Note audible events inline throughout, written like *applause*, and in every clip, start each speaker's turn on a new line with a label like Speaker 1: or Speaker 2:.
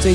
Speaker 1: 最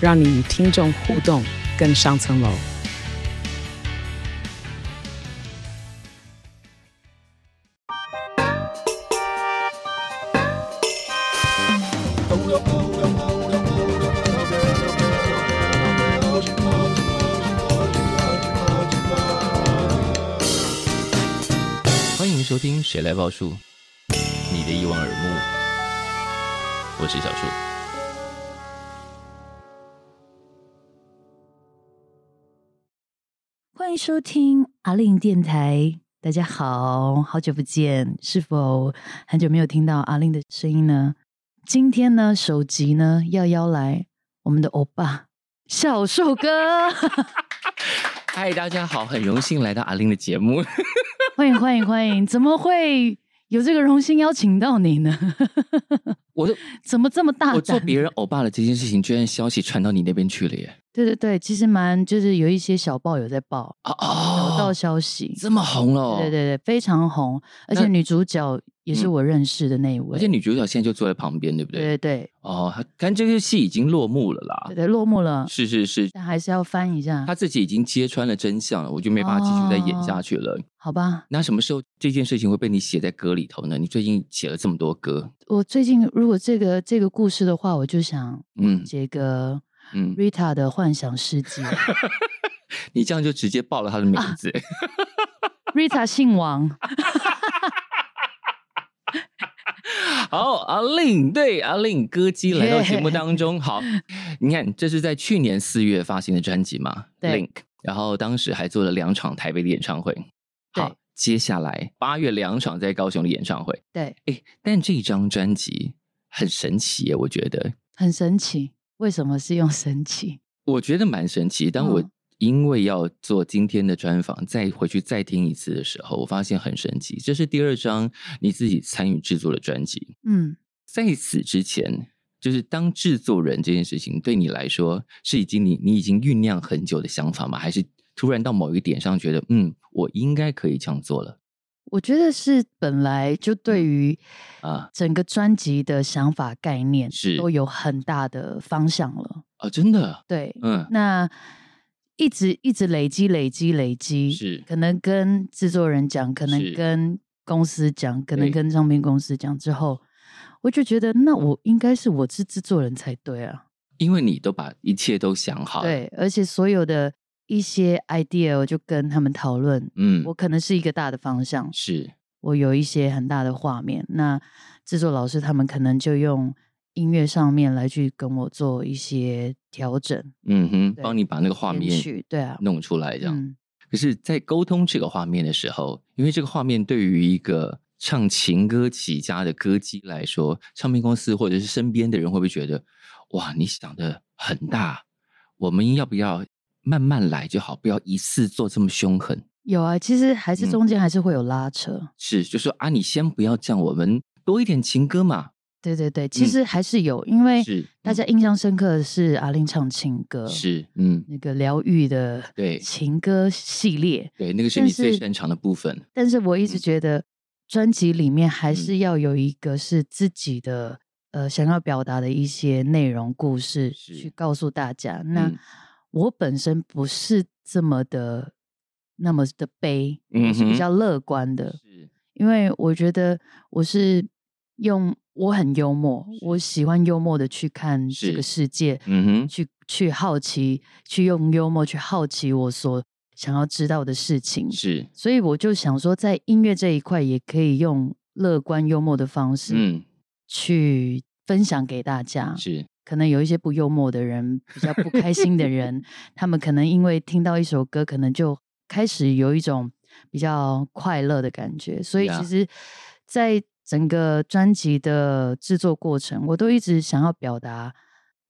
Speaker 1: 让你与听众互动更上层楼。
Speaker 2: 欢迎收听《谁来报数》，你的一望而目，我是小树。
Speaker 3: 欢迎收听阿令电台。大家好，好久不见，是否很久没有听到阿令的声音呢？今天呢，首集呢要邀来我们的欧巴小
Speaker 2: *laughs*
Speaker 3: 树哥，
Speaker 2: 嗨，大家好，很荣幸来到阿玲的节目。 *laughs*
Speaker 3: 欢迎欢迎欢迎！怎么会有这个荣幸邀请到你呢？
Speaker 2: 我都
Speaker 3: 怎么这么大
Speaker 2: 我做
Speaker 3: 胆？
Speaker 2: 别人欧巴的这件事情，居然消息传到你那边去了耶！
Speaker 3: 对对对，其实蛮就是有一些小报有在报
Speaker 2: 啊
Speaker 3: 小道
Speaker 2: 哦，
Speaker 3: 消息，
Speaker 2: 这么红了、
Speaker 3: 对对。对，非常红，而且
Speaker 2: 那
Speaker 3: 女主角也是
Speaker 2: 嗯
Speaker 3: 我认识的那一位，
Speaker 2: 而且女主角现在就坐在旁边，对不
Speaker 3: 对
Speaker 2: 对？啊
Speaker 3: 对对
Speaker 2: 哦，她但这个戏已经落幕了啦
Speaker 3: 对。对落幕了，
Speaker 2: 是是是，
Speaker 3: 但还是要翻一下
Speaker 2: 她，自己已经揭穿了真相了，我就没办法继续再演下去了。
Speaker 3: 好吧？
Speaker 2: 那什么时候这件事情会被你写在歌里头呢？你最近写了这么多歌，
Speaker 3: 我最近如果这个这个故事的话，我就想
Speaker 2: 嗯
Speaker 3: 写个
Speaker 2: 嗯，
Speaker 3: Rita 的幻想世界。
Speaker 2: 你这样就直接报了他的名字，
Speaker 3: Rita 姓王，啊
Speaker 2: *laughs* 好，阿令，对，阿令歌姬来
Speaker 3: *laughs*
Speaker 2: 到节目当中。好，你看，这是在去年四月发行的专辑嘛
Speaker 3: 对
Speaker 2: ，Link，然后当时还做了两场台北的演唱会。好
Speaker 3: 对，
Speaker 2: 接下来八月两场在高雄的演唱会。
Speaker 3: 对，
Speaker 2: 哎，但这张专辑很神奇耶，我觉得，
Speaker 3: 很神奇。为什么是用神奇？
Speaker 2: 我觉得蛮神奇。当我
Speaker 3: 嗯
Speaker 2: 因为要做今天的专访，再回去再听一次的时候，我发现很神奇。这是第二张你自己参与制作的专辑。
Speaker 3: 嗯，
Speaker 2: 在此之前，就是当制作人这件事情对你来说是已经你你已经酝酿很久的想法吗？还是突然到某一点上觉得，嗯，我应该可以这样做了
Speaker 3: 我觉得是本来就对于
Speaker 2: 啊？
Speaker 3: 整个专辑的想法概念
Speaker 2: 是
Speaker 3: 都有很大的方向了。
Speaker 2: 哦，真的，
Speaker 3: 对，
Speaker 2: 嗯，
Speaker 3: 那一直一直累积累积累积，
Speaker 2: 是
Speaker 3: 可能跟制作人讲，可能
Speaker 2: 是
Speaker 3: 跟公司讲，可能
Speaker 2: 对
Speaker 3: 跟唱片公司讲之后，我就觉得那我应该是我是制作人才对啊，
Speaker 2: 因为你都把一切都想好，，
Speaker 3: 对，而且所有的一些 idea 我就跟他们讨论，
Speaker 2: 嗯，
Speaker 3: 我可能是一个大的方向，
Speaker 2: 是
Speaker 3: 我有一些很大的画面，那制作老师他们可能就用音乐上面来去跟我做一些调整、
Speaker 2: 嗯哼，
Speaker 3: 对
Speaker 2: 帮你把那个画
Speaker 3: 编
Speaker 2: 面
Speaker 3: 曲，对啊，
Speaker 2: 弄出来这样。
Speaker 3: 嗯，
Speaker 2: 可是，在沟通这个画面的时候，因为这个画面对于一个唱情歌起家的歌姬来说，唱片公司或者是身边的人会不会觉得，哇，你想的很大，我们要不要慢慢来就好，不要一次做这么凶狠？
Speaker 3: 有啊，其实还是
Speaker 2: 嗯
Speaker 3: 中间还是会有拉扯，
Speaker 2: 是，就说啊，你先不要这样，我们多一点情歌嘛。
Speaker 3: 对对对，其
Speaker 2: 嗯
Speaker 3: 实还是有，因为
Speaker 2: 是嗯
Speaker 3: 大家印象深刻的是阿令唱情歌，
Speaker 2: 是，嗯，
Speaker 3: 那个疗愈的
Speaker 2: 对
Speaker 3: 情歌系列，
Speaker 2: 对，那个是
Speaker 3: 但
Speaker 2: 你最
Speaker 3: 是
Speaker 2: 擅长的部分。
Speaker 3: 但是我一直
Speaker 2: 嗯
Speaker 3: 觉得专辑里面还
Speaker 2: 嗯
Speaker 3: 是要有一个是自己的、呃想要表达的一些内容故事
Speaker 2: 是
Speaker 3: 去告诉大家。那
Speaker 2: 嗯
Speaker 3: 我本身不是这么的那么的悲，我是
Speaker 2: 嗯
Speaker 3: 比
Speaker 2: 哼
Speaker 3: 较乐观的，
Speaker 2: 是，
Speaker 3: 因为我觉得我是用我很幽默，我喜欢幽默的去看这个
Speaker 2: 是
Speaker 3: 世界，
Speaker 2: 嗯哼，
Speaker 3: 去去好奇，去用幽默去好奇我所想要知道的事情。
Speaker 2: 是，
Speaker 3: 所以我就想说，在音乐这一块也可以用乐观幽默的方式
Speaker 2: 嗯，
Speaker 3: 去分享给大家。
Speaker 2: 是，
Speaker 3: 可能有一些不幽默的人，比较不开心的人，他们可能因为听到一首歌，可能就开始有一种比较快乐的感觉。所以
Speaker 2: Yeah
Speaker 3: 其实，在整个专辑的制作过程，我都一直想要表达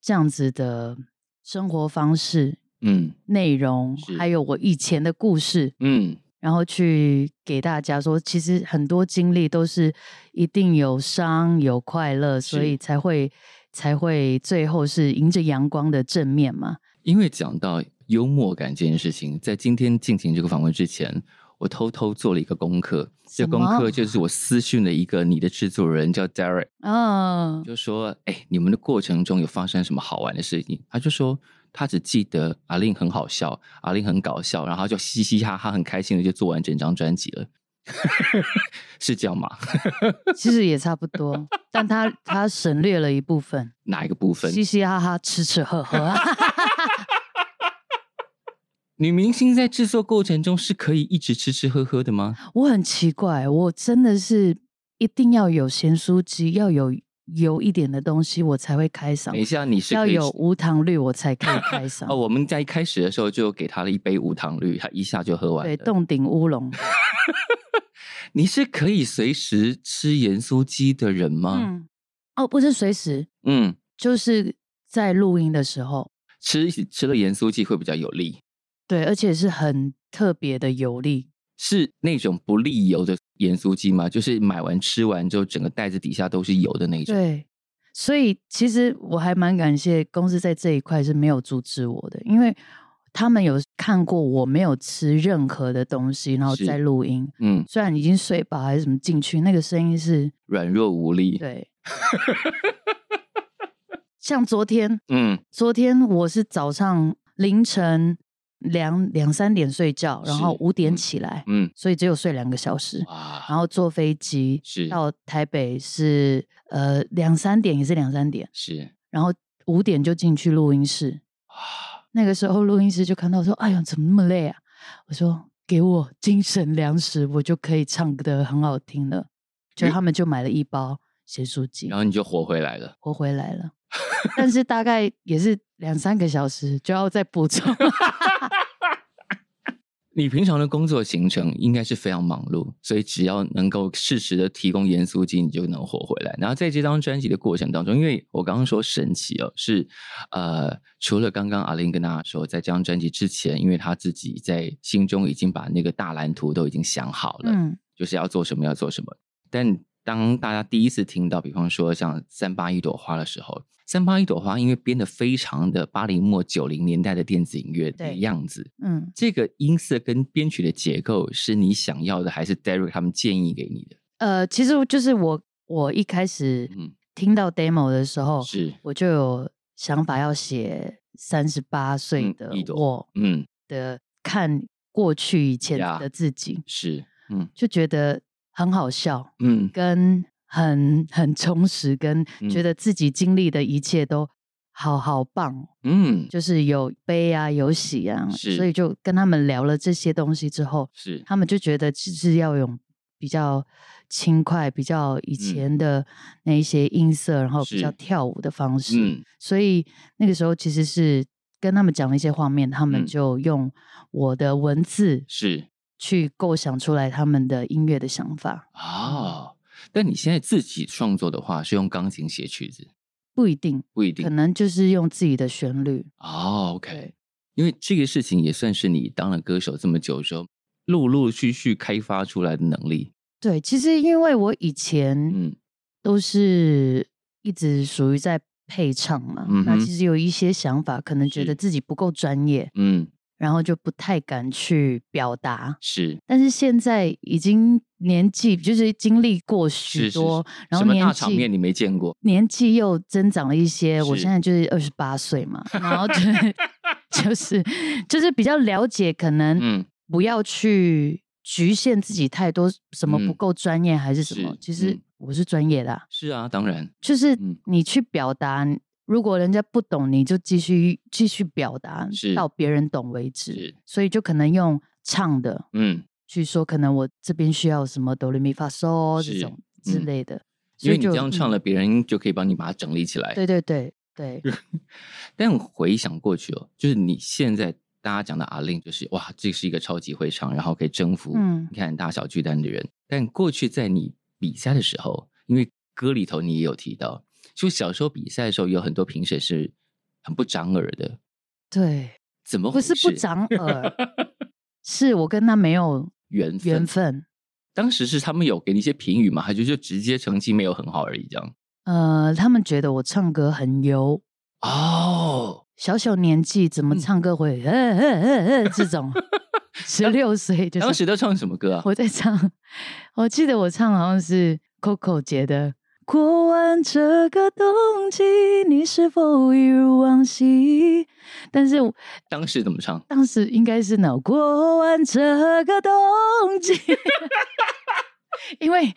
Speaker 3: 这样子的生活方式、
Speaker 2: 嗯
Speaker 3: 内容，
Speaker 2: 是
Speaker 3: 还有我以前的故事，
Speaker 2: 嗯，
Speaker 3: 然后去给大家说，其实很多经历都是一定有伤有快乐，所
Speaker 2: 是
Speaker 3: 以才会才会最后是迎着阳光的正面嘛。
Speaker 2: 因为讲到幽默感这件事情，在今天进行这个访问之前，我偷偷做了一个功课。这
Speaker 3: 什
Speaker 2: 功课
Speaker 3: 么
Speaker 2: 就是我私讯了一个你的制作人叫 Derek，
Speaker 3: 嗯、
Speaker 2: 就说：“哎、你们的过程中有发生什么好玩的事情？”他就说他只记得阿令很好笑，阿令很搞笑，然后他就嘻嘻哈哈，很开心的就做完整张专辑了。 *laughs* 是这样吗？
Speaker 3: 其实也差不多，但他他省略了一部分，
Speaker 2: 哪一个部分？
Speaker 3: 嘻嘻哈哈，吃吃喝啊喝。
Speaker 2: 女明星在制作过程中是可以一直吃吃喝喝的吗？
Speaker 3: *laughs* 我很奇怪，我真的是一定要有咸酥鸡，要有油一点的东西，我才会开
Speaker 2: 等一
Speaker 3: 嗓；
Speaker 2: 下，你是
Speaker 3: 要
Speaker 2: 可以
Speaker 3: 有无糖绿，我才可以开
Speaker 2: *laughs* 哦，
Speaker 3: 嗓。
Speaker 2: 我们在一开始的时候就给他了一杯无糖绿，他一下就喝完了。
Speaker 3: 对，洞顶乌龙。
Speaker 2: 你是可以随时吃盐酥鸡的人吗？
Speaker 3: 嗯，哦，不是随时，
Speaker 2: 嗯
Speaker 3: 就是在录音的时候，
Speaker 2: 吃吃了盐酥鸡会比较有力，
Speaker 3: 对，而且是很特别的油力。
Speaker 2: 是那种不沥油的盐酥鸡吗？就是买完吃完之后，整个袋子底下都是油的那种。
Speaker 3: 对，所以其实我还蛮感谢公司在这一块是没有阻止我的，因为他们有看过我没有吃任何的东西，然后
Speaker 2: 是
Speaker 3: 再录音。
Speaker 2: 嗯，
Speaker 3: 虽然已经睡饱还是什么进去，那个声音是
Speaker 2: 软弱无力。
Speaker 3: *laughs* 对。像昨天，
Speaker 2: 嗯，
Speaker 3: 昨天我是早上凌晨两两三点睡觉，然后
Speaker 2: 是
Speaker 3: 五点
Speaker 2: 嗯
Speaker 3: 起来，
Speaker 2: 嗯，
Speaker 3: 所以只有睡两个小时，然
Speaker 2: 哇，
Speaker 3: 后坐飞机
Speaker 2: 是
Speaker 3: 到台北是呃两三点，也是两三点，
Speaker 2: 是
Speaker 3: 然后五点就进去录音室。那个时候录音师就看到说：“哎呀，怎么那么累啊？”我说：“给我精神粮食，我就可以唱的很好听了。”就
Speaker 2: 你
Speaker 3: 他们就买了一包咸酥鸡
Speaker 2: 然，后你就活回来了。
Speaker 3: 活回来了。但是大概也是两三个小时就要再补充。
Speaker 2: *laughs* 你平常的工作行程应该是非常忙碌，所以只要能够适时的提供盐酥鸡，你就能活回来。然后在这张专辑的过程当中，因为我刚刚说神奇哦，是呃，除了刚刚阿玲跟大家说，在这张专辑之前，因为他自己在心中已经把那个大蓝图都已经想好了，
Speaker 3: 嗯，
Speaker 2: 就是要做什么要做什么。但当大家第一次听到，比方说像三八一朵花的时候，三八一朵花因为编的非常的八零末九零年代的电子音乐的
Speaker 3: 对
Speaker 2: 样子，
Speaker 3: 嗯，
Speaker 2: 这个音色跟编曲的结构是你想要的，还是 Derek 他们建议给你的？
Speaker 3: 呃，其实就是我我一开始
Speaker 2: 嗯，
Speaker 3: 听到 demo 的时候，
Speaker 2: 是，
Speaker 3: 我就有想法要写三十八岁
Speaker 2: 嗯
Speaker 3: 的
Speaker 2: 一朵
Speaker 3: 我
Speaker 2: 嗯，
Speaker 3: 的看过去以前
Speaker 2: 呀
Speaker 3: 的自己，
Speaker 2: 是，嗯
Speaker 3: 就觉得很好笑，
Speaker 2: 嗯，
Speaker 3: 跟很很充实，跟
Speaker 2: 嗯
Speaker 3: 觉得自己经历的一切都好好棒，哦
Speaker 2: 嗯，
Speaker 3: 就是有悲啊，有喜啊，
Speaker 2: 是
Speaker 3: 所以就跟他们聊了这些东西之后，
Speaker 2: 是，
Speaker 3: 他们就觉得其实要用比较轻快、比较以前的那一些音色，然后
Speaker 2: 嗯
Speaker 3: 比
Speaker 2: 是
Speaker 3: 较跳舞的方式。
Speaker 2: 嗯
Speaker 3: 所以那个时候其实是跟他们讲了一些画面，他
Speaker 2: 嗯
Speaker 3: 们就用我的文字
Speaker 2: 是
Speaker 3: 去构想出来他们的音乐的想法。
Speaker 2: 哦。但你现在自己创作的话，是用钢琴写曲子，
Speaker 3: 不一定，
Speaker 2: 不一
Speaker 3: 可
Speaker 2: 定
Speaker 3: 能就是用自己的旋律。
Speaker 2: 哦。OK，
Speaker 3: 对
Speaker 2: 因为这个事情也算是你当了歌手这么久之后，陆陆续续开发出来的能力。
Speaker 3: 对，其实因为我以前
Speaker 2: 嗯
Speaker 3: 都是一直属于在配唱嘛，那
Speaker 2: 嗯哼
Speaker 3: 其实有一些想法，可能觉
Speaker 2: 是
Speaker 3: 得自己不够专业，
Speaker 2: 嗯，
Speaker 3: 然后就不太敢去表达。
Speaker 2: 是
Speaker 3: 但是现在已经年纪，就是经历过
Speaker 2: 是
Speaker 3: 许
Speaker 2: 是
Speaker 3: 多，
Speaker 2: 是
Speaker 3: 然
Speaker 2: 什
Speaker 3: 后
Speaker 2: 么
Speaker 3: 年
Speaker 2: 大
Speaker 3: 纪
Speaker 2: 场面你没见过？
Speaker 3: 年纪又增长了一些，我
Speaker 2: 是
Speaker 3: 现在就是二十八岁嘛，然后
Speaker 2: *laughs*
Speaker 3: 就是就是就是比较了解，可能
Speaker 2: 嗯，
Speaker 3: 不要去局限自己太多，什么
Speaker 2: 嗯
Speaker 3: 不够专业还是什么
Speaker 2: 是。
Speaker 3: 其实
Speaker 2: 嗯
Speaker 3: 我是专业的啊、
Speaker 2: 是啊，当然
Speaker 3: 就是
Speaker 2: 嗯
Speaker 3: 你去表达，如果人家不懂，你就继续继续表达
Speaker 2: 是
Speaker 3: 到别人懂为止
Speaker 2: 是。
Speaker 3: 所以就可能用唱的
Speaker 2: 嗯。
Speaker 3: 去说，可能我这边需要什么哆来咪发嗦这
Speaker 2: 是
Speaker 3: 种之
Speaker 2: 嗯
Speaker 3: 类的。
Speaker 2: 因
Speaker 3: 所以
Speaker 2: 为你
Speaker 3: 就
Speaker 2: 这样唱
Speaker 3: 嗯
Speaker 2: 了，别人就可以帮你把它整理起来。
Speaker 3: 对对对对，
Speaker 2: 但回想过去哦，就是你现在大家讲的阿令，就是哇，这是一个超级会唱，然后可以征服
Speaker 3: 嗯
Speaker 2: 你看大小巨蛋的人。但过去在你比赛的时候，因为歌里头你也有提到，就小时候比赛的时候有很多评审是很不长耳的，
Speaker 3: 对，
Speaker 2: 怎么
Speaker 3: 不
Speaker 2: 回
Speaker 3: 是不
Speaker 2: 事
Speaker 3: 长
Speaker 2: *laughs*
Speaker 3: 耳，是我跟他没有
Speaker 2: 缘分
Speaker 3: 缘分。
Speaker 2: 当时是他们有给你一些评语嘛，还就就直接成绩没有很好而已这样。
Speaker 3: 呃，他们觉得我唱歌很油，
Speaker 2: 哦，
Speaker 3: 小小年纪怎么
Speaker 2: 嗯
Speaker 3: 唱歌会呃呃呃呃
Speaker 2: *laughs*
Speaker 3: 这种，十六岁就
Speaker 2: 当
Speaker 3: 是
Speaker 2: 时都唱什么歌啊？
Speaker 3: *laughs* 我在唱，我记得我唱好像是 Coco 姐的。过完这个冬季，你是否一如往昔？但是我
Speaker 2: 当时怎么唱？
Speaker 3: 当时应该是呢，过完这个冬
Speaker 2: *laughs*
Speaker 3: 季，因为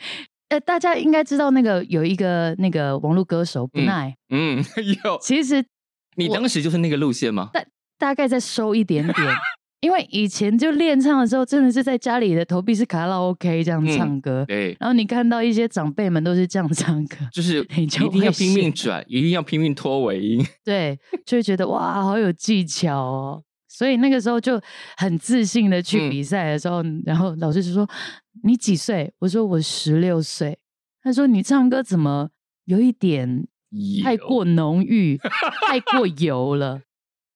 Speaker 3: 呃，大家应该知道那个有一个那个网络歌手不
Speaker 2: 嗯
Speaker 3: 耐，
Speaker 2: 嗯， *laughs* 有。
Speaker 3: 其实
Speaker 2: 你当时就是那个路线吗？
Speaker 3: 大概再收一点点。因为以前就练唱的时候，真的是在家里的投币式卡拉 OK 这样
Speaker 2: 嗯
Speaker 3: 唱歌，
Speaker 2: 对，
Speaker 3: 然后你看到一些长辈们都是这样唱歌， *laughs*
Speaker 2: 就是
Speaker 3: 你
Speaker 2: 一
Speaker 3: 就
Speaker 2: 定要
Speaker 3: 会
Speaker 2: 拼命
Speaker 3: 是
Speaker 2: 转，一定要拼命拖尾音。
Speaker 3: 对，就会觉得哇，好有技巧哦。所以那个时候就很自信的去
Speaker 2: 嗯
Speaker 3: 比赛的时候，然后老师就说：“你几岁？”我说：“我十六岁。”他说：“你唱歌怎么有一点太
Speaker 2: 有
Speaker 3: 过浓郁，太过油了？”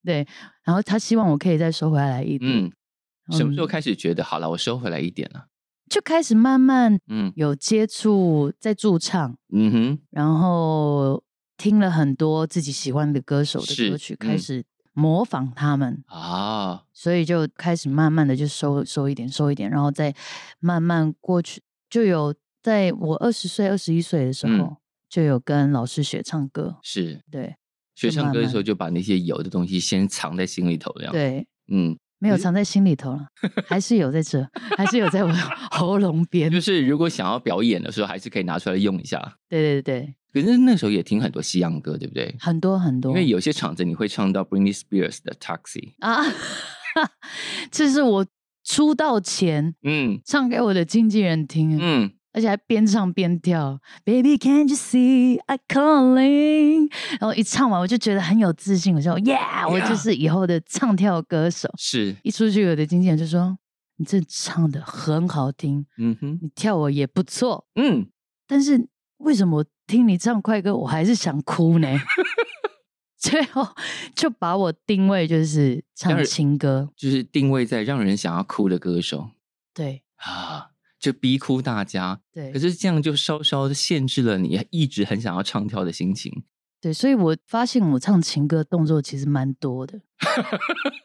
Speaker 3: 对，然后他希望我可以再收回来一点。
Speaker 2: 嗯，什么时候
Speaker 3: 嗯
Speaker 2: 开始觉得好了？我收回来一点了。
Speaker 3: 就开始慢慢
Speaker 2: 嗯
Speaker 3: 有接触在驻唱，
Speaker 2: 嗯哼，
Speaker 3: 然后听了很多自己喜欢的歌手的歌
Speaker 2: 是
Speaker 3: 曲，开
Speaker 2: 嗯
Speaker 3: 始模仿他们，
Speaker 2: 啊，
Speaker 3: 所以就开始慢慢的就收收一点，收一点，然后再慢慢过去，就有在我二十岁、二十一岁的时候，
Speaker 2: 嗯
Speaker 3: 就有跟老师学唱歌，
Speaker 2: 是
Speaker 3: 对
Speaker 2: 学
Speaker 3: 就
Speaker 2: 唱
Speaker 3: 慢
Speaker 2: 歌的时候
Speaker 3: 慢
Speaker 2: 就把那些油的东西先藏在心里头，这样。，
Speaker 3: 对，
Speaker 2: 嗯，
Speaker 3: 没有
Speaker 2: 可是
Speaker 3: 藏在心里头
Speaker 2: *laughs*
Speaker 3: 了，还是有在这，还是有在我 *laughs* 喉咙边，
Speaker 2: 就
Speaker 3: 对
Speaker 2: 是如果想要表演的时候，还是可以拿出来用一下。
Speaker 3: 对对对，
Speaker 2: 可是那时候也听很多西洋歌，对不对？
Speaker 3: 很多很多，
Speaker 2: 因为有些场子你会唱到 Britney Spears 的 Taxi，
Speaker 3: 啊， *laughs* 这是我出道前
Speaker 2: 嗯
Speaker 3: 唱给我的经纪人听，
Speaker 2: 嗯，
Speaker 3: 而且还边唱边跳。Baby, can't you see I calling？然后一唱完，我就觉得很有自信，我说 Yeah，我就
Speaker 2: Yeah
Speaker 3: 是以后的唱跳歌手。
Speaker 2: 是，
Speaker 3: 一出去，我的经纪人就说：“你这唱的很好听，
Speaker 2: 嗯哼，
Speaker 3: 你跳舞也不错，
Speaker 2: 嗯，
Speaker 3: 但是为什么我听你唱快歌，我还是想哭呢？” *laughs* 最后就把我定位就是
Speaker 2: 当
Speaker 3: 唱
Speaker 2: 然
Speaker 3: 情歌，
Speaker 2: 就是定位在让人想要哭的歌手
Speaker 3: 对
Speaker 2: 啊，就逼哭大家。
Speaker 3: 对。
Speaker 2: 可是这样就稍稍的限制了你一直很想要唱跳的心情。
Speaker 3: 对，所以我发现我唱情歌动作其实蛮
Speaker 2: *laughs*
Speaker 3: 多的，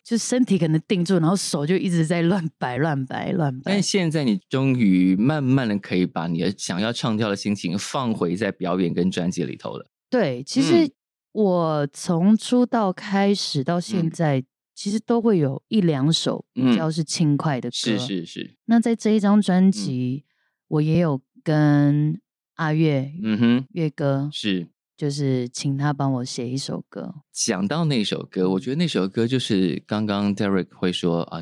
Speaker 3: 就身体可能定住，然后手就一直在乱摆、乱摆、乱摆
Speaker 2: 但。现在你终于慢慢的可以把你的想要唱跳的心情放回在表演跟专辑里头了。
Speaker 3: 对，其实
Speaker 2: 嗯
Speaker 3: 我从出道开始到现
Speaker 2: 嗯
Speaker 3: 在，其实都会有一两首比
Speaker 2: 嗯
Speaker 3: 较是轻快的歌。
Speaker 2: 是。嗯是是，
Speaker 3: 那在这一张专辑，我也有跟阿月、
Speaker 2: 嗯哼，
Speaker 3: 月哥，
Speaker 2: 是。
Speaker 3: 就是请他帮我写一首歌。
Speaker 2: 讲到那首歌，我觉得那首歌就是刚刚 Derek 会说啊、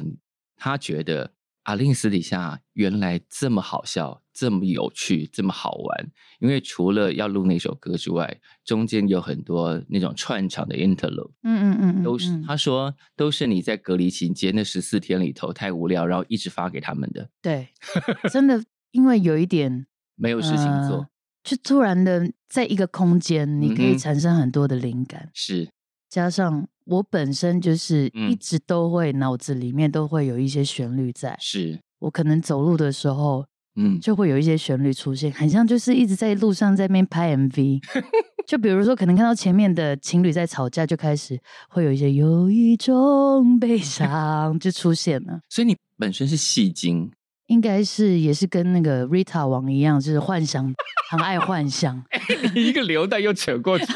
Speaker 2: 他觉得阿令私底下原来这么好笑，这么有趣，这么好玩。因为除了要录那首歌之外，中间有很多那种串场的 interlude，
Speaker 3: 嗯嗯嗯嗯，
Speaker 2: 都是、
Speaker 3: 嗯
Speaker 2: 他说都是你在隔离期间那十四天里头太无聊，然后一直发给他们的， *laughs*
Speaker 3: 对，真的，因为有一点。
Speaker 2: 没有事情做。
Speaker 3: 呃就突然的在一个空间，你可
Speaker 2: 嗯
Speaker 3: 以
Speaker 2: 哼
Speaker 3: 产生很多的灵感。
Speaker 2: 是，
Speaker 3: 加上我本身就是一
Speaker 2: 嗯
Speaker 3: 直都会脑子里面都会有一些旋律在，
Speaker 2: 是，
Speaker 3: 我可能走路的时候
Speaker 2: 嗯，
Speaker 3: 就会有一些旋律出现，很像就是一直在路上在那边拍 MV。就比如说，可能看到前面的情侣在吵架，就开始会有一些有一种悲伤就出现了。
Speaker 2: 所以你本身是戏
Speaker 3: *laughs*
Speaker 2: 精，
Speaker 3: 应该是也是跟那个 Rita 王一样，就是幻想，很爱幻想。
Speaker 2: 一个流弹又扯过去，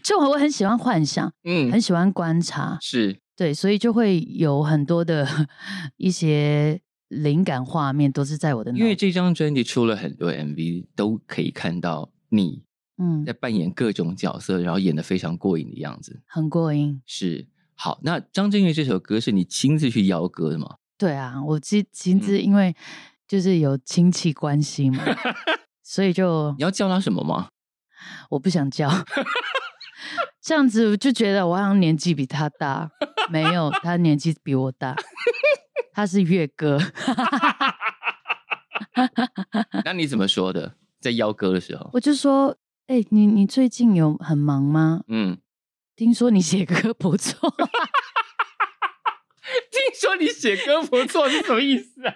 Speaker 3: 就我很喜欢幻想，
Speaker 2: 嗯
Speaker 3: 很，喜欢观察，
Speaker 2: 是。
Speaker 3: 对，所以就会有很多的 *laughs* 一些灵感画面都是在我的脑
Speaker 2: 因为
Speaker 3: 中。
Speaker 2: 这张专辑出了很多 MV，都可以看到你
Speaker 3: 嗯
Speaker 2: 在，扮演各种角色，然后演的非常过瘾的样子。
Speaker 3: 很过瘾。
Speaker 2: 是好，那张震岳这首歌是你亲自去邀歌的吗？
Speaker 3: 对啊，我其其
Speaker 2: 嗯
Speaker 3: 实因为就是有亲戚关
Speaker 2: *laughs*
Speaker 3: 系嘛，所以就
Speaker 2: 你要叫他什么 *laughs* 吗？
Speaker 3: 我不
Speaker 2: *laughs*
Speaker 3: 想叫，这样子就觉得我好像年纪比他大，没有，他年纪比我
Speaker 2: *laughs*
Speaker 3: 大，他是月哥。
Speaker 2: 那你怎么说的？在邀歌的时候，
Speaker 3: 我就说，哎、你你最近有很忙吗？
Speaker 2: 嗯，
Speaker 3: 听说你写歌不错，
Speaker 2: 听说你写歌不错是什么意思啊？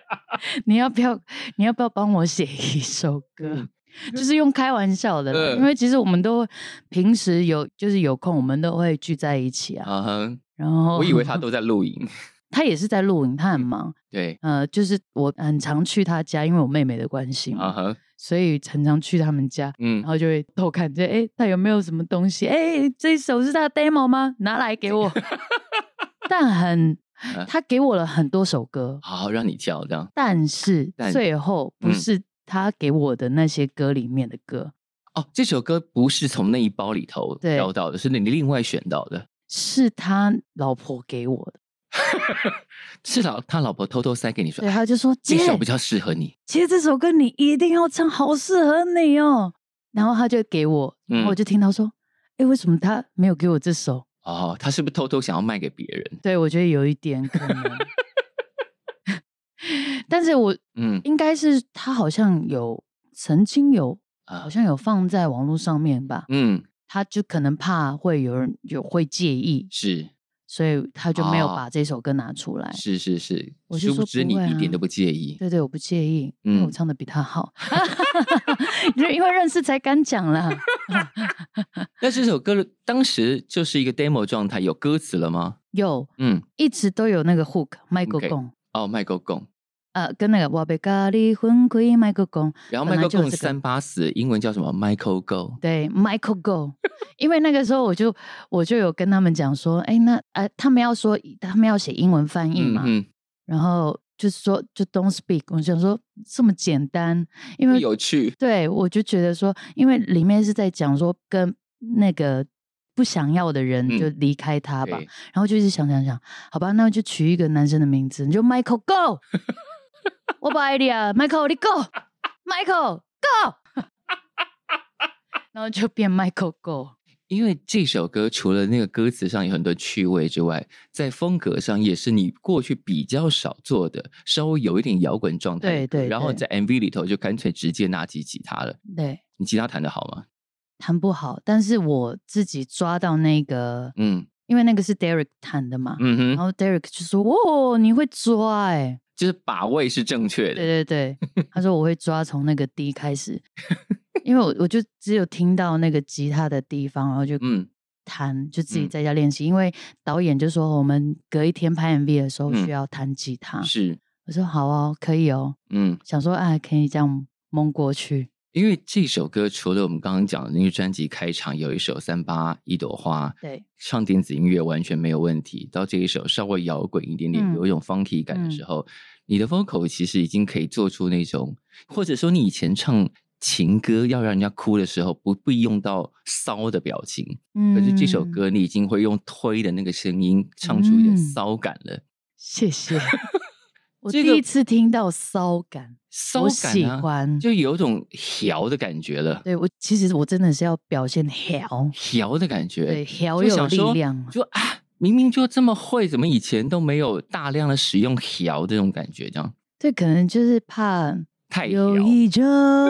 Speaker 3: 你要不要？你要不要帮我写一首歌？就是用开玩笑的啦，
Speaker 2: 嗯
Speaker 3: 因为其实我们都平时有就是有空，我们都会聚在一起啊。
Speaker 2: *laughs* 啊哼，
Speaker 3: 然后
Speaker 2: 我以为他都在露 *laughs* 营。
Speaker 3: *laughs* 他也是在露营，他很忙。
Speaker 2: 对，
Speaker 3: 呃，就是我很常去他家，因为我妹妹的关系
Speaker 2: 啊
Speaker 3: 嘛，
Speaker 2: 哼，
Speaker 3: 所以常常去他们家，然
Speaker 2: 嗯，
Speaker 3: 后就会偷看，就哎、诶他有没有什么东西？哎、这一首是他的 demo 吗？拿来
Speaker 2: *laughs*
Speaker 3: 给我。但很
Speaker 2: 啊，
Speaker 3: 他给我了很多首歌，
Speaker 2: 好，让你跳这样。
Speaker 3: 但是
Speaker 2: 但
Speaker 3: 最后不
Speaker 2: 嗯
Speaker 3: 是他给我的那些歌里面的歌，
Speaker 2: 哦，这首歌不是从那一包里头
Speaker 3: 对
Speaker 2: 挑到的，是你另外选到的。
Speaker 3: 是他老婆给我的。
Speaker 2: 是老他老婆偷偷塞给你说，
Speaker 3: 对，他就说
Speaker 2: 这
Speaker 3: 姐，
Speaker 2: 首比较适合你。
Speaker 3: 其实这首歌你一定要唱，好适合你哦。然后他就给我，
Speaker 2: 嗯
Speaker 3: 然后我就听到说，哎、为什么他没有给我这首？
Speaker 2: 哦，他是不是偷偷想要卖给别人？
Speaker 3: 对我觉得有一点可能， *laughs* 但是我
Speaker 2: 嗯
Speaker 3: 应该是他好像有曾经有，
Speaker 2: 啊
Speaker 3: 好，像有放在网络上面吧，
Speaker 2: 嗯，
Speaker 3: 他就可能怕会有人有会介意，
Speaker 2: 是
Speaker 3: 所以他就没有
Speaker 2: 哦
Speaker 3: 把这首歌拿出来。
Speaker 2: 是是是，
Speaker 3: 哎我就
Speaker 2: 殊不
Speaker 3: 说
Speaker 2: 知
Speaker 3: 不
Speaker 2: 你
Speaker 3: 会
Speaker 2: 一点
Speaker 3: 啊
Speaker 2: 都不介意。
Speaker 3: 对对，我不介意，因为我
Speaker 2: 嗯
Speaker 3: 唱的比他好， *laughs* 因为因为认识才敢讲啦。
Speaker 2: 那这首歌当时就是一个 demo 状态，有歌词了吗？
Speaker 3: 有
Speaker 2: 嗯，
Speaker 3: 一直都有那个 hook 麦克
Speaker 2: OK
Speaker 3: 风，
Speaker 2: 哦，麦克贡，
Speaker 3: 呃，跟那个我被咖喱分开麦克风，
Speaker 2: 然后
Speaker 3: 本
Speaker 2: 麦
Speaker 3: 来
Speaker 2: 克
Speaker 3: 就有
Speaker 2: 贡
Speaker 3: 这个
Speaker 2: 三八四，英文叫什么？Michael Go。
Speaker 3: 对 Michael Go，因 *laughs* 为那个时候我就我就有跟他们讲说，哎，那呃，他们要说他们要写英文翻译嘛，
Speaker 2: 嗯，
Speaker 3: 然后就是说就 Don't speak，我想说这么简单，因
Speaker 2: 嗯
Speaker 3: 为
Speaker 2: 有趣。
Speaker 3: 对我就觉得说，因为里面是在讲说跟那个。不想要的人
Speaker 2: 嗯
Speaker 3: 就离开他吧，
Speaker 2: 对
Speaker 3: 然后就一直想想想，好吧，那就取一个男生的名字，你就 Michael Go，我不爱你啊，Michael 你 Go，Michael Go，然后就变 Michael Go，
Speaker 2: 因为这首歌除了那个歌词上有很多趣味之外，在风格上也是你过去比较少做的，稍微有一点摇滚状态的歌。
Speaker 3: 对对
Speaker 2: 然后
Speaker 3: 对
Speaker 2: 在 MV 里头就干脆直接拿起吉他了。
Speaker 3: 对，
Speaker 2: 你吉他弹的好吗？
Speaker 3: 弹不好，但是我自己抓到那个，
Speaker 2: 嗯
Speaker 3: 因为那个是 Derek 弹的嘛，
Speaker 2: 嗯
Speaker 3: 然
Speaker 2: 哼，
Speaker 3: 后 Derek 就说：“哦，你会抓哎、
Speaker 2: 就是把位是正确的。
Speaker 3: 对对对，他说我会抓从那个 D 开始， *laughs* 因为我我就只有听到那个吉他的地方，然后就
Speaker 2: 嗯
Speaker 3: 弹，就自己
Speaker 2: 嗯
Speaker 3: 在家练习。因为导演就说我们隔一天拍 MV 的时候
Speaker 2: 嗯
Speaker 3: 需要弹吉他，
Speaker 2: 是
Speaker 3: 我说好哦，可以哦，
Speaker 2: 嗯，
Speaker 3: 想说啊，可以这样蒙过去。
Speaker 2: 因为这首歌除了我们刚刚讲的那个专辑开场有一首《三八一朵花》，
Speaker 3: 对，
Speaker 2: 唱电子音乐完全没有问题，到这一首稍微摇滚一点点，
Speaker 3: 嗯
Speaker 2: 有一种 funky 感的时
Speaker 3: 嗯
Speaker 2: 候，你的 vocal 其实已经可以做出那种，或者说你以前唱情歌要让人家哭的时候，不必用到骚的表情，
Speaker 3: 嗯
Speaker 2: 可是这首歌你已经会用推的那个声音唱出一点
Speaker 3: 嗯
Speaker 2: 骚感了。*laughs*
Speaker 3: 谢谢。我
Speaker 2: 这
Speaker 3: 第
Speaker 2: 个
Speaker 3: 一次听到骚感，
Speaker 2: 骚
Speaker 3: 我
Speaker 2: 感、啊、
Speaker 3: 喜欢
Speaker 2: 就有种调的感觉了，
Speaker 3: 对我其实我真的是要表现 *laughs* 好，
Speaker 2: 调的感觉，
Speaker 3: 对，好
Speaker 2: 就
Speaker 3: 有
Speaker 2: 想
Speaker 3: 力
Speaker 2: 说
Speaker 3: 量。
Speaker 2: 就啊，明明就这么会，怎么以前都没有大量的使用调这种感觉？这样
Speaker 3: 对，可能就是怕
Speaker 2: 太调
Speaker 3: 有一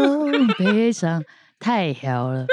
Speaker 3: 种悲伤，太好了。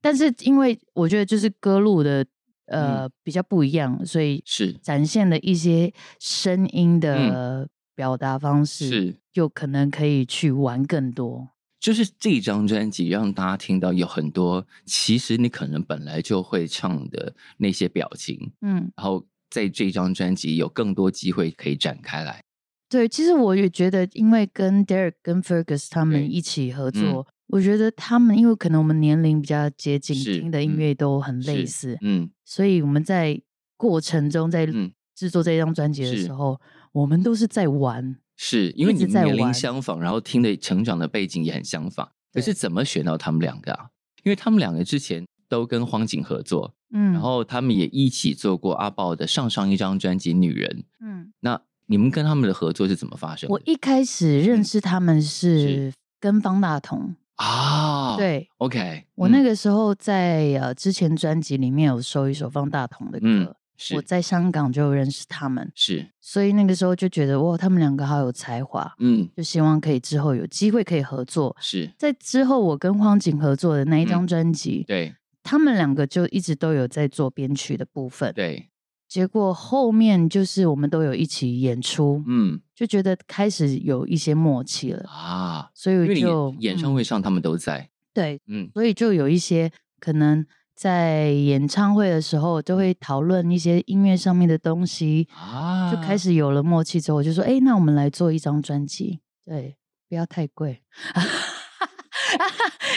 Speaker 3: 但是因为我觉得就是歌路的
Speaker 2: 嗯
Speaker 3: 呃、比较不一样，所以
Speaker 2: 是
Speaker 3: 展现的一些声音的表达方式，
Speaker 2: 嗯是，
Speaker 3: 有可能可以去玩更多。
Speaker 2: 就是这张专辑让大家听到有很多，其实你可能本来就会唱的那些表情，
Speaker 3: 嗯，
Speaker 2: 然后在这张专辑有更多机会可以展开来。
Speaker 3: 对，其实我也觉得，因为跟 Derek 跟 Fergus 他
Speaker 2: 对
Speaker 3: 们一起合作，
Speaker 2: 嗯
Speaker 3: 我觉得他们因为可能我们年龄比较接近，
Speaker 2: 是
Speaker 3: 听的音
Speaker 2: 嗯
Speaker 3: 乐都很类
Speaker 2: 是
Speaker 3: 似，
Speaker 2: 嗯，
Speaker 3: 所以我们在过程中，在
Speaker 2: 嗯
Speaker 3: 制作这张专辑的
Speaker 2: 是
Speaker 3: 时候，我们都是在玩。
Speaker 2: 是因为
Speaker 3: 一直
Speaker 2: 你
Speaker 3: 在
Speaker 2: 年龄
Speaker 3: 玩
Speaker 2: 相仿，然后听的成长的背景也很相仿，可
Speaker 3: 对
Speaker 2: 是怎么选到他们两个啊？因为他们两个之前都跟荒井合作，
Speaker 3: 嗯，
Speaker 2: 然后他们也一起做过阿豹的上上一张专辑《女人》。
Speaker 3: 嗯，
Speaker 2: 那你们跟他们的合作是怎么发生的？
Speaker 3: 我一开始认识他们
Speaker 2: 嗯是
Speaker 3: 是跟方大同，
Speaker 2: 啊，
Speaker 3: 对
Speaker 2: ，OK，
Speaker 3: 我那
Speaker 2: 嗯
Speaker 3: 个时候在呃之前专辑里面有收一首方大同的歌，
Speaker 2: 嗯是
Speaker 3: 我在香港就认识他们，
Speaker 2: 是
Speaker 3: 所以那个时候就觉得哇，他们两个好有才华，
Speaker 2: 嗯
Speaker 3: 就希望可以之后有机会可以合作。
Speaker 2: 是
Speaker 3: 在之后我跟荒井合作的那一
Speaker 2: 嗯
Speaker 3: 张专辑，
Speaker 2: 对
Speaker 3: 他们两个就一直都有在做编曲的部分。
Speaker 2: 对
Speaker 3: 结果后面就是我们都有一起演出，
Speaker 2: 嗯
Speaker 3: 就觉得开始有一些默契了，
Speaker 2: 啊，
Speaker 3: 所
Speaker 2: 因为
Speaker 3: 以
Speaker 2: 你
Speaker 3: 就
Speaker 2: 演唱
Speaker 3: 嗯
Speaker 2: 会上他们都在，
Speaker 3: 对，
Speaker 2: 嗯
Speaker 3: 所以就有一些可能在演唱会的时候就会讨论一些音乐上面的东西，
Speaker 2: 啊，
Speaker 3: 就开始有了默契之后，我就说，哎、那我们来做一张专辑，对，不要太贵。 *laughs*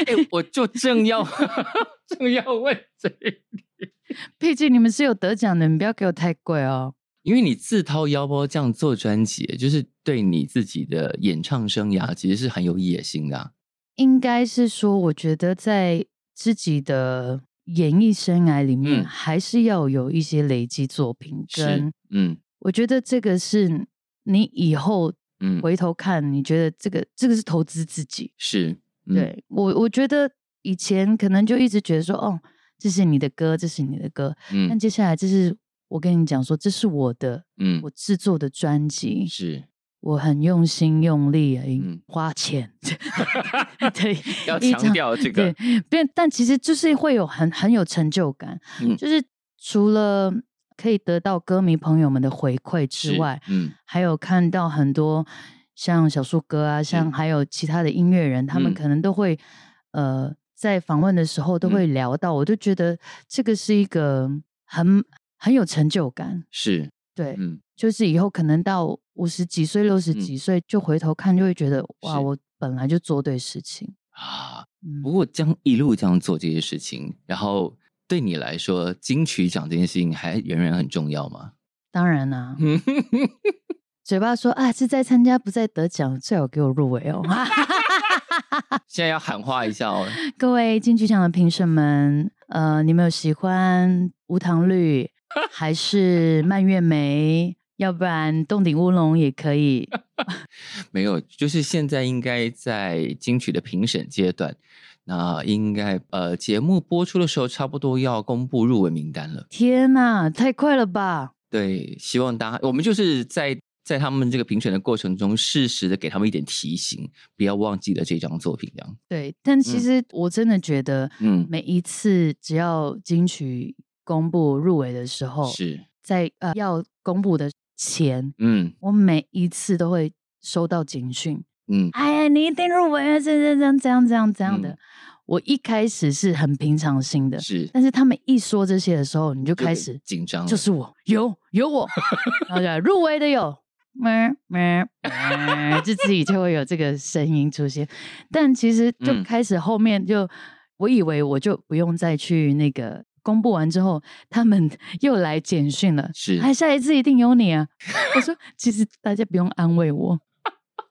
Speaker 2: 哎、我就正要 *laughs* 正要问这个，
Speaker 3: 毕竟你们是有得奖的，你不要给我太贵哦。
Speaker 2: 因为你自掏腰包这样做专辑，就是对你自己的演唱生涯其实是很有野心的、啊。
Speaker 3: 应该是说，我觉得在自己的演艺生涯里面，
Speaker 2: 嗯
Speaker 3: 还是要有一些累积作品。
Speaker 2: 是
Speaker 3: 跟，
Speaker 2: 嗯
Speaker 3: 我觉得这个是你以后
Speaker 2: 嗯，
Speaker 3: 回头看，你觉得这个这个是投资自己。
Speaker 2: 是，嗯，
Speaker 3: 对我，我觉得以前可能就一直觉得说，哦，这是你的歌，这是你的歌。但
Speaker 2: 嗯
Speaker 3: 接下来，这是我跟你讲说，这是我的
Speaker 2: 嗯
Speaker 3: 我，制作的专辑，
Speaker 2: 是
Speaker 3: 我很用心用力，
Speaker 2: 嗯
Speaker 3: 嗯、花
Speaker 2: *laughs*
Speaker 3: 钱。 *laughs* 对，
Speaker 2: 要
Speaker 3: 一
Speaker 2: 强
Speaker 3: 张
Speaker 2: 调这个，
Speaker 3: 对，但但其实就是会有很很有成就感，
Speaker 2: 嗯
Speaker 3: 就是除了可以得到歌迷朋友们的回馈之
Speaker 2: 是
Speaker 3: 外，
Speaker 2: 嗯
Speaker 3: 还有看到很多像小树哥啊，像
Speaker 2: 嗯
Speaker 3: 还有其他的音乐人，他们
Speaker 2: 嗯
Speaker 3: 可能都会、呃在访问的时候都
Speaker 2: 嗯
Speaker 3: 会聊到，我就觉得这个是一个很很有成就感，
Speaker 2: 是，
Speaker 3: 对，
Speaker 2: 嗯
Speaker 3: 就是以后可能到五十几岁、六十
Speaker 2: 嗯
Speaker 3: 几岁，就回头看就会觉得哇，
Speaker 2: 是
Speaker 3: 我本来就做对事情。
Speaker 2: 啊，
Speaker 3: 嗯
Speaker 2: 不过，这样一路这样做这些事情，然后对你来说，金曲奖这件事情还仍然很重要吗？ *laughs*
Speaker 3: 当然啦、嘴巴说啊是在参加不在得奖，最好给我入围哦！ *laughs*
Speaker 2: 现在要喊话一下哦，
Speaker 3: 各位金曲奖的评审们，呃，你们有喜欢无
Speaker 2: *laughs*
Speaker 3: 糖绿还是蔓越莓？要不然洞顶乌龙也可以。
Speaker 2: 没有，就是现在应该在金曲的评审阶段，那应该呃节目播出的时候，差不多要公布入围名单了。
Speaker 3: 天哪，太快了吧！
Speaker 2: 对，希望大家，我们就是在在他们这个评审的过程中，适时的给他们一点提醒，不要忘记了这张作品，这样。
Speaker 3: 对，但其
Speaker 2: 嗯
Speaker 3: 实我真的觉得，
Speaker 2: 嗯，
Speaker 3: 每一次只要金曲公布入围的时候，
Speaker 2: 是，
Speaker 3: 在呃要公布的前，
Speaker 2: 嗯
Speaker 3: 我每一次都会收到警讯，
Speaker 2: 嗯，
Speaker 3: 哎呀，你一定入围了，这这这样这样这样这样的。
Speaker 2: 嗯
Speaker 3: 我一开始是很平常心的，
Speaker 2: 是，
Speaker 3: 但是他们一说这些的时候，你就
Speaker 2: 就嗯
Speaker 3: 开始
Speaker 2: 紧张了，
Speaker 3: 就是我有有我，然后就
Speaker 2: *laughs*
Speaker 3: 入围的有，咩咩咩，就自己就会有这个声音出现。但其实就
Speaker 2: 嗯
Speaker 3: 开始后面就，我以为我就不用再去那个公布完之后，他们 *laughs* 又来简讯了，
Speaker 2: 是
Speaker 3: 哎，下一次一定有你啊！ *laughs* 我说，其实大家不用安慰我， *laughs*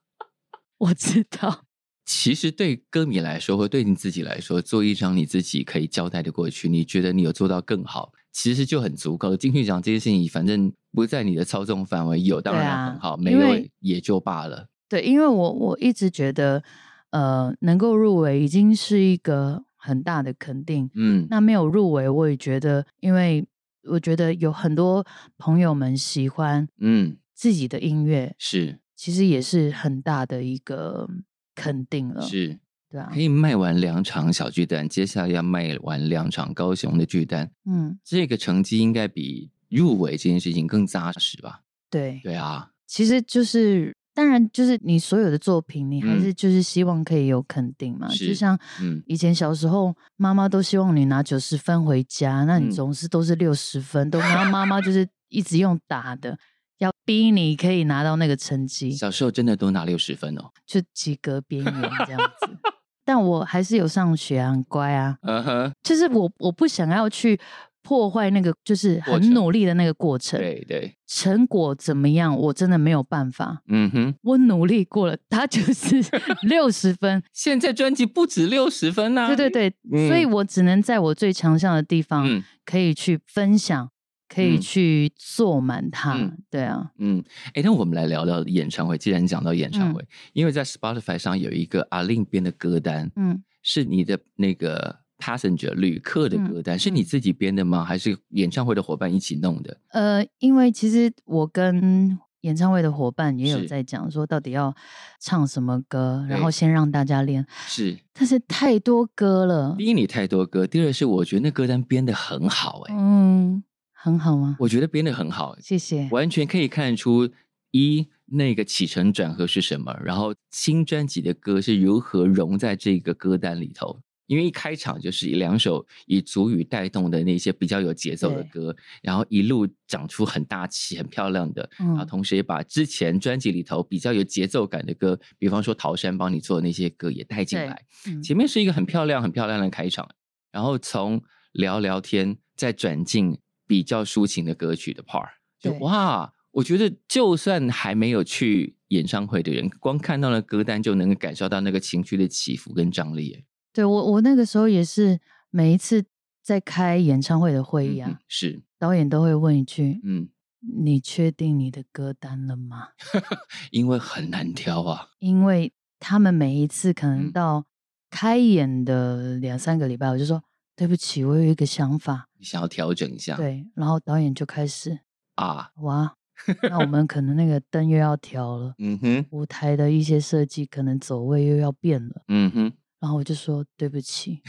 Speaker 3: 我知道，
Speaker 2: 其实对歌迷来说，或对你自己来说，做一张你自己可以交代的过去，你觉得你有做到更好，其实就很足够。进去讲这些事情，反正不在你的操纵范围，有当
Speaker 3: 对
Speaker 2: 然
Speaker 3: 啊
Speaker 2: 很好，没
Speaker 3: 因
Speaker 2: 有
Speaker 3: 为
Speaker 2: 也就罢了。
Speaker 3: 对，因为我我一直觉得，呃，能够入围已经是一个很大的肯定，
Speaker 2: 嗯，
Speaker 3: 那没有入围，我也觉得，因为我觉得有很多朋友们喜欢
Speaker 2: 嗯，
Speaker 3: 自己的音乐，
Speaker 2: 是
Speaker 3: 其实也是很大的一个肯定了，
Speaker 2: 是，
Speaker 3: 对啊
Speaker 2: 可，以卖完两场小巨蛋，接下来要卖完两场高雄的巨蛋，
Speaker 3: 嗯，
Speaker 2: 这个成绩应该比入围这件事情更扎实吧？
Speaker 3: 对，
Speaker 2: 对啊，
Speaker 3: 其实就是。当然，就是你所有的作品，你还
Speaker 2: 嗯
Speaker 3: 是就是希望可以有肯定嘛。
Speaker 2: 是
Speaker 3: 就像
Speaker 2: 嗯
Speaker 3: 以前小时候，妈妈都希望你拿九十分回家，那
Speaker 2: 嗯
Speaker 3: 你总是都是六十分，
Speaker 2: *laughs*
Speaker 3: 都然后妈妈就是一直用打的，要逼你可以拿到那个成绩。
Speaker 2: 小时候真的都拿六十分哦。
Speaker 3: 就及格边缘这样
Speaker 2: *laughs*
Speaker 3: 子。但我还是有上学啊，很乖啊。
Speaker 2: 嗯哼，
Speaker 3: 就是我我不想要去破坏那个，就是
Speaker 2: 过程
Speaker 3: 很努力的那个过程。
Speaker 2: 对对，
Speaker 3: 成果怎么样，我真的没有办法。
Speaker 2: 嗯哼。
Speaker 3: 我努力过了，他就是六十分。
Speaker 2: 现在专辑不止六十分呐、
Speaker 3: 对对，对，所以
Speaker 2: 嗯
Speaker 3: 我只能在我最强项的地方，
Speaker 2: 嗯
Speaker 3: 可以去分享，可以
Speaker 2: 嗯
Speaker 3: 去做满它。
Speaker 2: 嗯
Speaker 3: 对啊，
Speaker 2: 嗯，哎，那我们来聊聊演唱会。既然讲到演唱
Speaker 3: 嗯
Speaker 2: 会，因为在 Spotify 上有一个阿令编的歌单，
Speaker 3: 嗯，
Speaker 2: 是你的那个 passenger 旅客的歌单，是你
Speaker 3: 嗯
Speaker 2: 自己编的吗？还是演唱会的伙伴一起弄的？
Speaker 3: 呃，因为其实我跟演唱会的伙伴也有
Speaker 2: 是
Speaker 3: 在讲说，到底要唱什么歌，然
Speaker 2: 对
Speaker 3: 后先让大家练。
Speaker 2: 是，
Speaker 3: 但是太多歌了
Speaker 2: 第，一你太多歌，第二是我觉得那歌单编的很好、诶哎、
Speaker 3: 嗯，很好吗？
Speaker 2: 我觉得编的很好，
Speaker 3: 谢谢。
Speaker 2: 完全可以看出一那个起承转合是什么，然后新专辑的歌是如何融在这个歌单里头。因为一开场就是两首以主语带动的那些比较有节奏的歌，然后一路长出很大气、很漂亮的，然后
Speaker 3: 嗯，
Speaker 2: 同时也把之前专辑里头比较有节奏感的歌，比方说陶山帮你做的那些歌也带进
Speaker 3: 对
Speaker 2: 来。
Speaker 3: 嗯
Speaker 2: 前面是一个很漂亮、很漂亮的开场，然后从聊聊天再转进比较抒情的歌曲的 part，就
Speaker 3: 对
Speaker 2: 哇，我觉得就算还没有去演唱会的人，光看到了歌单就能够感受到那个情绪的起伏跟张力耶。
Speaker 3: 对我我那个时候也是每一次在开演唱会的会议
Speaker 2: 嗯
Speaker 3: 啊，
Speaker 2: 嗯是，
Speaker 3: 导演都会问一句：“
Speaker 2: 嗯，
Speaker 3: 你确定你的歌单了吗
Speaker 2: 因为很难挑啊？”，
Speaker 3: 因为他们每一次可能
Speaker 2: 嗯
Speaker 3: 到开演的两三个礼拜，我就说：“对不起，我有一个想法。
Speaker 2: 你想要调整一下，
Speaker 3: 对，然后导演就开始
Speaker 2: 啊， *laughs*
Speaker 3: 哇，那我们可能那个灯又要调了，
Speaker 2: 嗯哼，
Speaker 3: 舞台的一些设计可能走位又要变了。
Speaker 2: 嗯哼。
Speaker 3: 然后我就说对不起，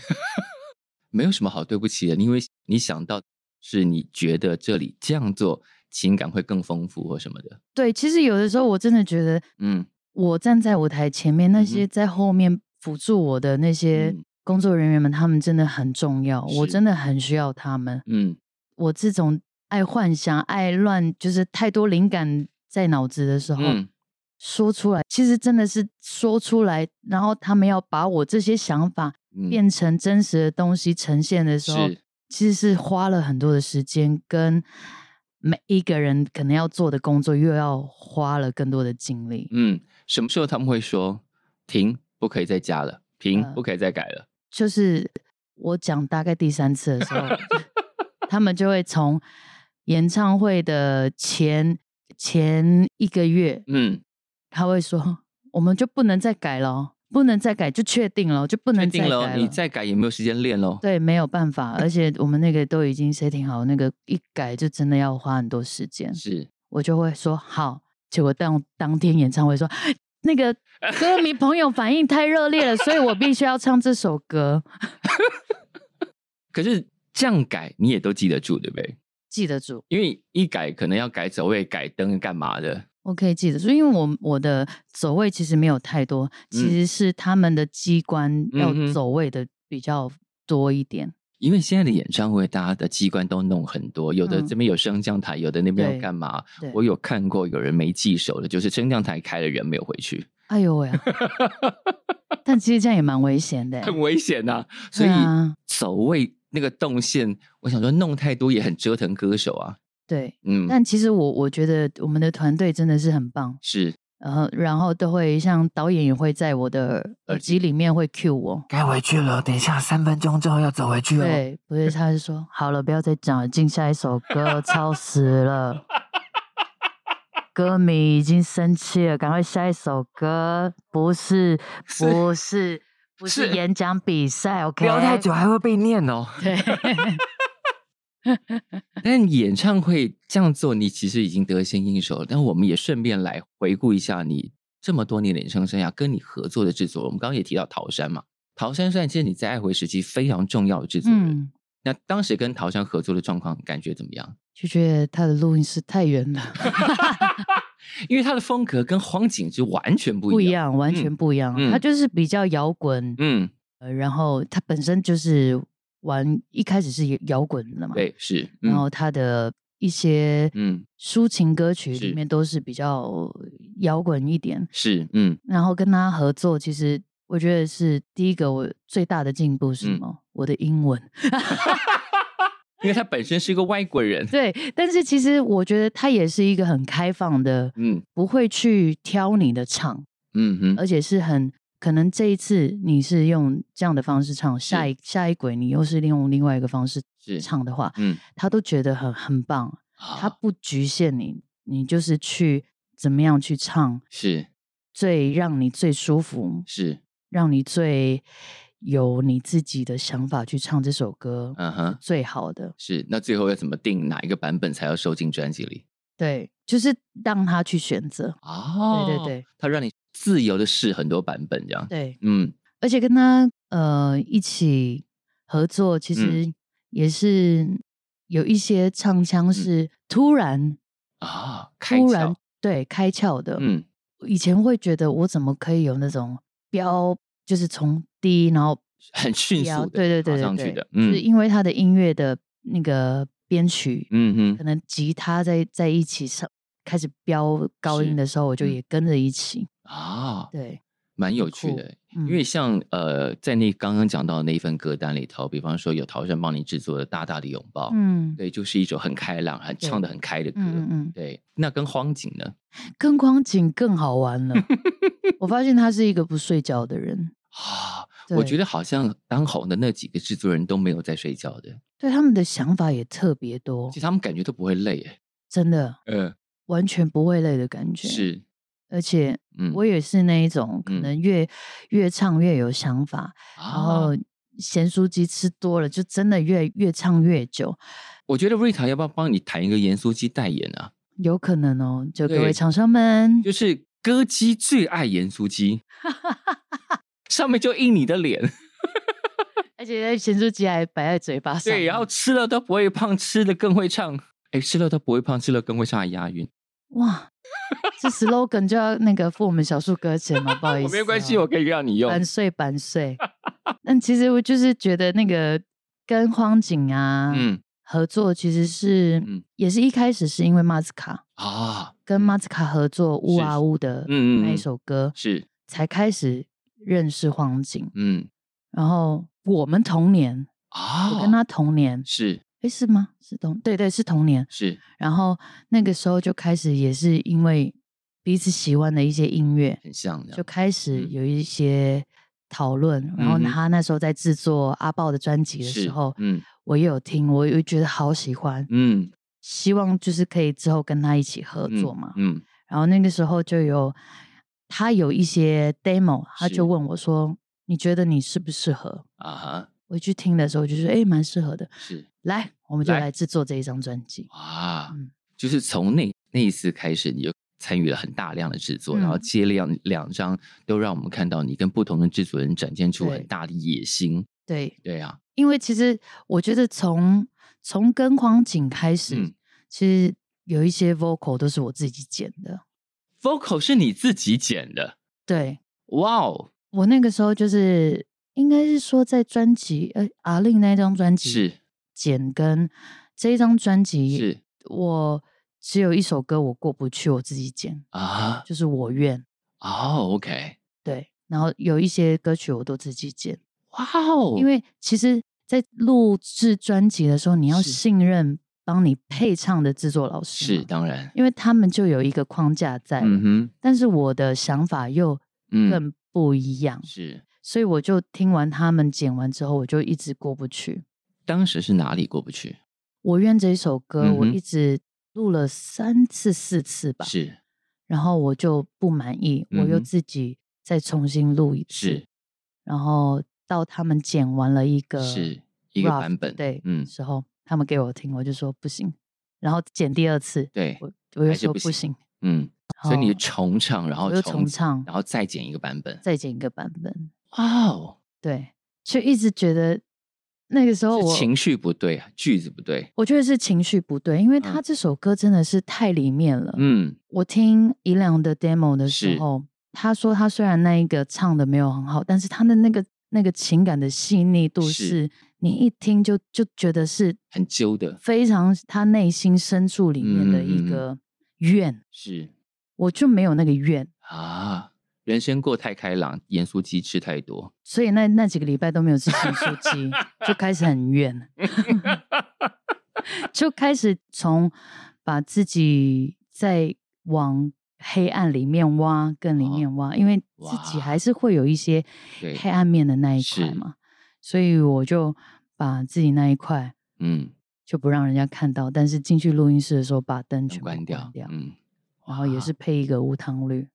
Speaker 2: 没有什么好对不起的，因为你想到是你觉得这里这样做情感会更丰富或什么的。
Speaker 3: 对，其实有的时候我真的觉得
Speaker 2: 嗯，
Speaker 3: 我站在舞台前面，那些
Speaker 2: 嗯哼
Speaker 3: 在后面辅助我的那些
Speaker 2: 嗯
Speaker 3: 工作人员们，他们真的很重要，我
Speaker 2: 是
Speaker 3: 真的很需要他们。
Speaker 2: 嗯，
Speaker 3: 我这种爱幻想、爱乱，就是太多灵感在脑子的时候，
Speaker 2: 嗯，
Speaker 3: 说出来，其实真的是说出来，然后他们要把我这些想法
Speaker 2: 嗯
Speaker 3: 变成真实的东西呈现的时候，
Speaker 2: 是
Speaker 3: 其实是花了很多的时间跟。每一个人可能要做的工作，又要花了更多的精力。
Speaker 2: 嗯，什么时候他们会说停，不可以再加了，停，
Speaker 3: 嗯
Speaker 2: 不可以再改了？
Speaker 3: 就是我讲大概第三次的时候，他们就会从演唱会的前前一个月，
Speaker 2: 嗯，
Speaker 3: 他会说，我们就不能再改了哦，不能再改，就确定了，就不
Speaker 2: 确
Speaker 3: 能再
Speaker 2: 定
Speaker 3: 改
Speaker 2: 了哦，
Speaker 3: 了。
Speaker 2: 你再改也没有时间练喽。
Speaker 3: 对，没有办法，而且我们那个都已经 setting 好，那个一改就真的要花很多时间。
Speaker 2: 是，
Speaker 3: 我就会说好，结果当当天演唱会说。那个歌迷朋友反应太热烈了，所以我必须要唱这首歌，
Speaker 2: 可是这样改你也都记得住，对不对？
Speaker 3: 记得住。
Speaker 2: 因为一改可能要改走位、改灯干嘛的。
Speaker 3: 我可以记得住，因为我我的走位其实没有太多，其
Speaker 2: 嗯
Speaker 3: 实是他们的机关要
Speaker 2: 嗯哼
Speaker 3: 走位的比较多一点。
Speaker 2: 因为现在的演唱会，大家的机关都弄很多，有的
Speaker 3: 嗯
Speaker 2: 这边有升降台，有的那边
Speaker 3: 对
Speaker 2: 要干嘛？
Speaker 3: 对，
Speaker 2: 我有看过有人没记手的，就是升降台开了人没有回去，
Speaker 3: 哎呦喂、
Speaker 2: *laughs*
Speaker 3: 啊！但其实这样也蛮危险的欸、
Speaker 2: 很危险呐、所以
Speaker 3: 对啊
Speaker 2: 走位那个动线，我想说弄太多也很折腾歌手啊。
Speaker 3: 对，
Speaker 2: 嗯，
Speaker 3: 但其实我我觉得我们的团队真的是很棒，
Speaker 2: 是
Speaker 3: 然后呃然后都会像导演也会在我的耳
Speaker 2: 耳
Speaker 3: 机里面会 cue 我，
Speaker 4: 该回去了，等一下三分钟之后要走回去了。哦
Speaker 3: 对，不是他是说好了，不要再讲了，进下一首歌，超
Speaker 4: *laughs*
Speaker 3: 时了，歌迷已经生气了，赶快下一首歌，
Speaker 4: *laughs*
Speaker 3: 不是
Speaker 2: 是
Speaker 3: 不是不是
Speaker 2: 是
Speaker 3: 演讲比赛，OK？
Speaker 4: 聊太久还会被念哦。 *laughs*
Speaker 3: 对，
Speaker 2: *laughs* 但演唱会这样做，你其实已经得心应手了。但我们也顺便来回顾一下你这么多年的演唱生涯，跟你合作的制作人，我们刚刚也提到陶山嘛。陶山算是你在爱回时期非常重要的制作人。
Speaker 3: 嗯，
Speaker 2: 那当时跟陶山合作的状况感觉怎么样？
Speaker 3: 就觉得他的录音室太远了，
Speaker 2: 因为他的风格跟荒井之完全不
Speaker 3: 不
Speaker 2: 一
Speaker 3: 一
Speaker 2: 样。
Speaker 3: 样，完全不一样，
Speaker 2: 嗯
Speaker 3: 他就是比较摇滚，
Speaker 2: 嗯，
Speaker 3: 呃然后他本身就是玩一开始是摇滚的嘛，
Speaker 2: 对，是。
Speaker 3: 然
Speaker 2: 嗯
Speaker 3: 后他的一些
Speaker 2: 嗯
Speaker 3: 抒情歌曲
Speaker 2: 是
Speaker 3: 里面都是比较摇滚一点，
Speaker 2: 是嗯
Speaker 3: 然后跟他合作，其实我觉得是第一个我最大的进步是什
Speaker 2: 嗯
Speaker 3: 么？我的英文 *laughs*
Speaker 2: 因为他本身是一个外国人，
Speaker 3: 对，但是其实我觉得他也是一个很开放的，
Speaker 2: 嗯
Speaker 3: 不会去挑你的唱，
Speaker 2: 嗯哼，
Speaker 3: 而且是很。可能这一次你是用这样的方式唱，下
Speaker 2: 是
Speaker 3: 一下一轨你又是用另外一个方式
Speaker 2: 是
Speaker 3: 唱的话，
Speaker 2: 嗯，
Speaker 3: 他都觉得很很棒，他
Speaker 2: 好
Speaker 3: 不局限你，你就是去怎么样去唱，
Speaker 2: 是
Speaker 3: 最让你最舒服，
Speaker 2: 是
Speaker 3: 让你最有你自己的想法去唱这首歌，
Speaker 2: 嗯哼
Speaker 3: 最好的。
Speaker 2: 是。那最后要怎么定哪一个版本才要收进专辑里？
Speaker 3: 对，就是让他去选择。
Speaker 2: 哦，
Speaker 3: 对对，
Speaker 2: 他让你自由的试很多版本这样。
Speaker 3: 对，
Speaker 2: 嗯
Speaker 3: 而且
Speaker 2: 嗯
Speaker 3: 跟他呃一起合作，其实也是有一些唱腔是突然、
Speaker 2: 啊，嗯开
Speaker 3: 突然
Speaker 2: 窍，
Speaker 3: 对开窍的。
Speaker 2: 嗯
Speaker 3: 以前会觉得我怎么可以有那种飙，就是从低然后
Speaker 2: 很迅
Speaker 3: 飙
Speaker 2: 速的
Speaker 3: 对对对
Speaker 2: 爬
Speaker 3: 对
Speaker 2: 上
Speaker 3: 对
Speaker 2: 去的
Speaker 3: 就
Speaker 2: 嗯
Speaker 3: 是因为他的音乐的那个编曲，
Speaker 2: 嗯
Speaker 3: 可
Speaker 2: 哼，
Speaker 3: 能吉他在在一起上开始飙高音
Speaker 2: 是
Speaker 3: 的时候，我就
Speaker 2: 嗯
Speaker 3: 也跟着一起。
Speaker 2: 啊，
Speaker 3: 对，
Speaker 2: 蛮有
Speaker 3: 很
Speaker 2: 趣
Speaker 3: 酷
Speaker 2: 的。
Speaker 3: 嗯、
Speaker 2: 因为像呃，在那刚刚讲到的那一份歌单里头，比方说有陶喆帮你制作的《大大的拥抱》，
Speaker 3: 嗯
Speaker 2: 对，就是一首很开朗、很
Speaker 3: 对
Speaker 2: 唱的很开的歌。
Speaker 3: 嗯嗯嗯，
Speaker 2: 对，那跟荒井呢？
Speaker 3: 跟光景更好玩了。我发现他是一个不睡觉的人，
Speaker 2: 啊，我觉
Speaker 3: 对
Speaker 2: 得好像当红的那几个制作人都没有在睡觉的，
Speaker 3: 对他们的想法也特别多
Speaker 2: 其实，他们感觉都不会累耶。
Speaker 3: 真的
Speaker 2: 呃，
Speaker 3: 完全不会累的感觉。，
Speaker 2: 是，
Speaker 3: 而且
Speaker 2: 嗯，
Speaker 3: 我也是那一种，可
Speaker 2: 嗯
Speaker 3: 能越、越唱越有想法，
Speaker 2: 然
Speaker 3: 然后咸酥鸡吃多了，就真的越越唱越久。
Speaker 2: 我觉得瑞塔要不要帮你谈一个盐酥鸡代言啊？
Speaker 3: 有可能哦，就各
Speaker 2: 对
Speaker 3: 位厂商们，
Speaker 2: 就是歌姬最爱盐酥
Speaker 3: *laughs*
Speaker 2: 鸡，上面就印你的脸，
Speaker 3: 而且那咸酥鸡还摆在嘴巴上，哦
Speaker 2: 对，然后吃了都不会胖，吃的更会唱。哎，吃了都不会胖，吃了更会唱，还押韵。
Speaker 3: 哇，这 slogan 就要那个付我们小树哥钱嘛，不好
Speaker 2: *laughs*
Speaker 3: 意
Speaker 2: 我
Speaker 3: 思、哦
Speaker 2: 没有关
Speaker 3: 啊
Speaker 2: 系，我可以让你用。
Speaker 3: 版税版税。但其实我就是觉得那个跟荒井啊、
Speaker 2: 嗯
Speaker 3: 合作，其实是、
Speaker 2: 嗯
Speaker 3: 也是一开始是因为马斯卡
Speaker 2: 啊，
Speaker 3: 跟马斯卡合作《乌
Speaker 2: 是
Speaker 3: 啊
Speaker 2: 是
Speaker 3: 乌》的
Speaker 2: 嗯嗯
Speaker 3: 那
Speaker 2: 嗯
Speaker 3: 一首歌，
Speaker 2: 是，
Speaker 3: 才开始认识荒井。
Speaker 2: 嗯
Speaker 3: 然后我们同年，
Speaker 2: 啊，
Speaker 3: 我跟他同年，
Speaker 2: 是
Speaker 3: 诶，是吗？是同对对是同年。
Speaker 2: 是
Speaker 3: 然后那个时候就开始也是因为彼此喜欢的一些音乐，
Speaker 2: 很像的，
Speaker 3: 就开始
Speaker 2: 嗯
Speaker 3: 有一些讨论。然后
Speaker 2: 嗯哼
Speaker 3: 他那时候在制作阿豹的专辑的
Speaker 2: 是
Speaker 3: 时候，
Speaker 2: 嗯
Speaker 3: 我也有听，我也觉得好喜欢，
Speaker 2: 嗯
Speaker 3: 希望就是可以之后跟他一起合
Speaker 2: 嗯
Speaker 3: 作嘛。
Speaker 2: 嗯
Speaker 3: 然后那个时候就有他有一些 demo，他
Speaker 2: 是
Speaker 3: 就问我说：“你觉得你适不适合
Speaker 2: 啊哈？”
Speaker 3: 我去听的时候就说：“哎，蛮适合的，
Speaker 2: 是
Speaker 3: 来，我们就
Speaker 2: 来
Speaker 3: 来制作这一张专辑。
Speaker 2: 啊，
Speaker 3: 嗯
Speaker 2: 就是从那那一次开始，你就参与了很大量的制作，然后
Speaker 3: 嗯
Speaker 2: 接了两两张，都让我们看到你跟不同的制作人展现出很
Speaker 3: 对
Speaker 2: 大的野心。”
Speaker 3: 对，
Speaker 2: 对啊，
Speaker 3: 因为其实我觉得从从跟荒井开始，
Speaker 2: 嗯
Speaker 3: 其实有一些 vocal 都是我自己剪的。
Speaker 2: ，vocal 是你自己剪的，
Speaker 3: 对
Speaker 2: 哇哦，
Speaker 3: 我那个时候就是应该是说在专辑呃阿令那张专辑
Speaker 2: 是
Speaker 3: 剪跟这一张专辑
Speaker 2: 是
Speaker 3: 我只有一首歌我过不去，我自己剪，
Speaker 2: 啊，
Speaker 3: 就是我愿
Speaker 2: 哦，OK，
Speaker 3: 对，然后有一些歌曲我都自己剪，
Speaker 2: 哇哦，
Speaker 3: 因为其实，在录制专辑的时候，你要
Speaker 2: 是
Speaker 3: 信任帮你配唱的制作老师，
Speaker 2: 是，当然，
Speaker 3: 因为他们就有一个框架在了，
Speaker 2: 嗯哼，
Speaker 3: 但是我的想法又
Speaker 2: 嗯，
Speaker 3: 更不一样，
Speaker 2: 是
Speaker 3: 所以我就听完他们剪完之后，我就一直过不去。
Speaker 2: 当时是哪里过不去？
Speaker 3: 我愿这一首歌，我
Speaker 2: 嗯哼
Speaker 3: 一直录了三次四次吧，
Speaker 2: 是
Speaker 3: 然后我就不满意，我又
Speaker 2: 嗯哼
Speaker 3: 自己再重新录一次，
Speaker 2: 是
Speaker 3: 然后到他们剪完了一个
Speaker 2: 是一个
Speaker 3: rough
Speaker 2: 版本，
Speaker 3: 对，
Speaker 2: 嗯
Speaker 3: 嗯，时候他们给我听，我就说不行，然后剪第二次，
Speaker 2: 对，
Speaker 3: 我我又
Speaker 2: 还是
Speaker 3: 说
Speaker 2: 不
Speaker 3: 不行，
Speaker 2: 嗯，所以
Speaker 3: 然
Speaker 2: 你
Speaker 3: 后
Speaker 2: 重唱，然后
Speaker 3: 哦我又重唱
Speaker 2: 然后再剪一个版本，
Speaker 3: 再剪一个版本，
Speaker 2: 哇哦，
Speaker 3: 对，就一直觉得那个时候
Speaker 2: 是
Speaker 3: 我
Speaker 2: 情绪不对，句子不对，
Speaker 3: 我觉得是情绪不对，因为他
Speaker 2: 嗯
Speaker 3: 这首歌真的是太里面了。
Speaker 2: 嗯，
Speaker 3: 我听宜良的 demo 的时
Speaker 2: 是
Speaker 3: 候，他说他虽然那一个唱的没有很好，但是他的那个那个情感的细腻度
Speaker 2: 是
Speaker 3: 是，你一听就就觉得是
Speaker 2: 很揪的，
Speaker 3: 非常他内心深处里面的
Speaker 2: 嗯嗯嗯
Speaker 3: 一
Speaker 2: 嗯
Speaker 3: 个怨，
Speaker 2: 是
Speaker 3: 我就没有那个怨，
Speaker 2: 啊，人生过太开朗，盐酥鸡吃太多，
Speaker 3: 所以那那几个礼拜都没有吃咸酥鸡，就开始很怨， *laughs* 就开始从把自己再往黑暗里面挖，更里面挖，因为自己
Speaker 2: 哦哇
Speaker 3: 还是会有一些
Speaker 2: 对
Speaker 3: 黑暗面的那一块
Speaker 2: 是
Speaker 3: 嘛，所以我就把自己那一块
Speaker 2: 嗯，
Speaker 3: 就不让人家看到，但是进去录音室的时候把灯
Speaker 2: 要
Speaker 3: 全部
Speaker 2: 关掉，嗯，
Speaker 3: 然后也是配一个无糖绿。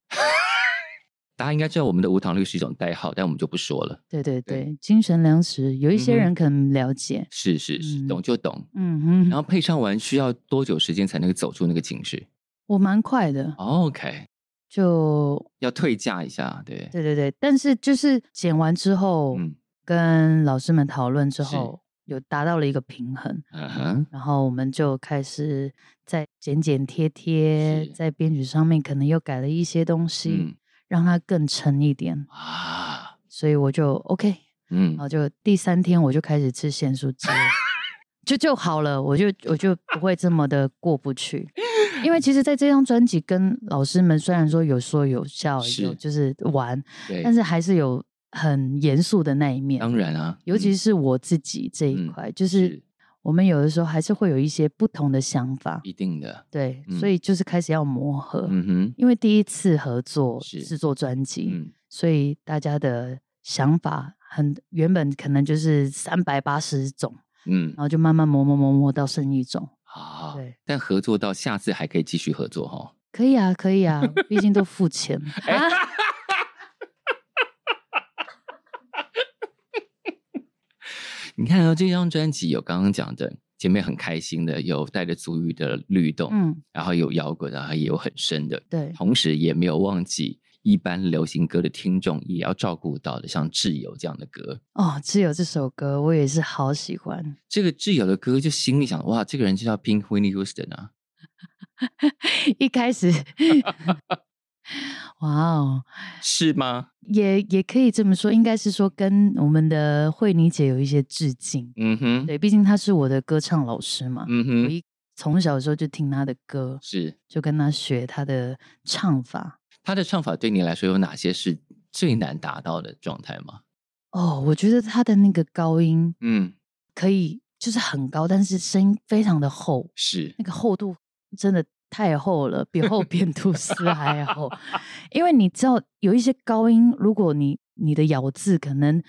Speaker 2: 大家应该知道我们的无糖绿是一种代号，但我们就不说了，
Speaker 3: 对对
Speaker 2: 对
Speaker 3: 对，精神粮食有一
Speaker 2: 嗯
Speaker 3: 些
Speaker 2: 哼
Speaker 3: 人可能了解，
Speaker 2: 是是是，
Speaker 3: 嗯
Speaker 2: 懂就懂。
Speaker 3: 嗯哼，
Speaker 2: 然后配唱完需要多久时间才能够走出那个情绪
Speaker 3: 我蛮快的，
Speaker 2: 哦？OK，
Speaker 3: 就
Speaker 2: 要退价一下，对，
Speaker 3: 对对对，但是就是剪完之后，
Speaker 2: 嗯
Speaker 3: 跟老师们讨论之
Speaker 2: 是
Speaker 3: 后，有达到了一个平衡。
Speaker 2: 嗯哼，
Speaker 3: 然后我们就开始在剪剪贴贴
Speaker 2: 是，
Speaker 3: 在编曲上面可能又改了一些东西，
Speaker 2: 嗯
Speaker 3: 让它更沉一点。
Speaker 2: 啊，
Speaker 3: 所以我就 OK，
Speaker 2: 嗯
Speaker 3: 然，后就第三天我就开始吃咸酥鸡了，
Speaker 2: *laughs*
Speaker 3: 就就好了，我就我就不会这么的过不去。因
Speaker 2: 嗯
Speaker 3: 为其实，在这张专辑跟老师们虽然说有说有笑，有
Speaker 2: 是
Speaker 3: 就是玩，
Speaker 2: 对，
Speaker 3: 但是还是有很严肃的那一面。
Speaker 2: 当然啊，
Speaker 3: 尤其
Speaker 2: 嗯
Speaker 3: 是我自己这一
Speaker 2: 嗯
Speaker 3: 块，就是我们有的时候还是会有一些不同的想法，
Speaker 2: 一定的，
Speaker 3: 对，
Speaker 2: 嗯
Speaker 3: 所以就是开始要磨合。
Speaker 2: 嗯哼，
Speaker 3: 因为第一次合作
Speaker 2: 是
Speaker 3: 制作专辑，
Speaker 2: 嗯，
Speaker 3: 所以大家的想法很原本可能就是三百八十种，
Speaker 2: 嗯
Speaker 3: 然，后就慢慢磨磨磨磨到剩一种。
Speaker 2: 好，
Speaker 3: 对，
Speaker 2: 但合作到下次还可以继续合作哦哈。
Speaker 3: 可以啊，可
Speaker 2: *laughs*
Speaker 3: 以啊，毕竟都付钱啊。
Speaker 2: 你看啊、这张专辑有刚刚讲的，姐妹很开心的，有带着足语的律动，
Speaker 3: 嗯，
Speaker 2: 然后有摇滚的，然后也有很深的，
Speaker 3: 对，
Speaker 2: 同时也没有忘记一般流行歌的听众也要照顾到的，像挚友这样的歌。
Speaker 3: 哦，只有这首歌我也是好喜欢，
Speaker 2: 这个挚友的歌，就心里想，哇，这个人就叫 Pink Whitney Houston 啊，
Speaker 3: 一开始。哇哦，
Speaker 2: 是吗？
Speaker 3: 也也可以这么说，应该是说跟我们的慧妮姐有一些致敬。
Speaker 2: 嗯哼，
Speaker 3: 对，毕竟她是我的歌唱老师嘛，
Speaker 2: 嗯
Speaker 3: 我
Speaker 2: 哼，
Speaker 3: 一从小的时候就听她的歌，
Speaker 2: 是。
Speaker 3: 就跟她学她的唱法。
Speaker 2: 他的唱法对你来说有哪些是最难达到的状态吗？
Speaker 3: 哦，我觉得她的那个高音
Speaker 2: 嗯，
Speaker 3: 可以就是很高，但是声音非常的厚，
Speaker 2: 是
Speaker 3: 那个厚度真的太厚了，
Speaker 2: *laughs*
Speaker 3: 比厚扁吐司还厚。因为你知道有一些高音，如果你你的咬字可能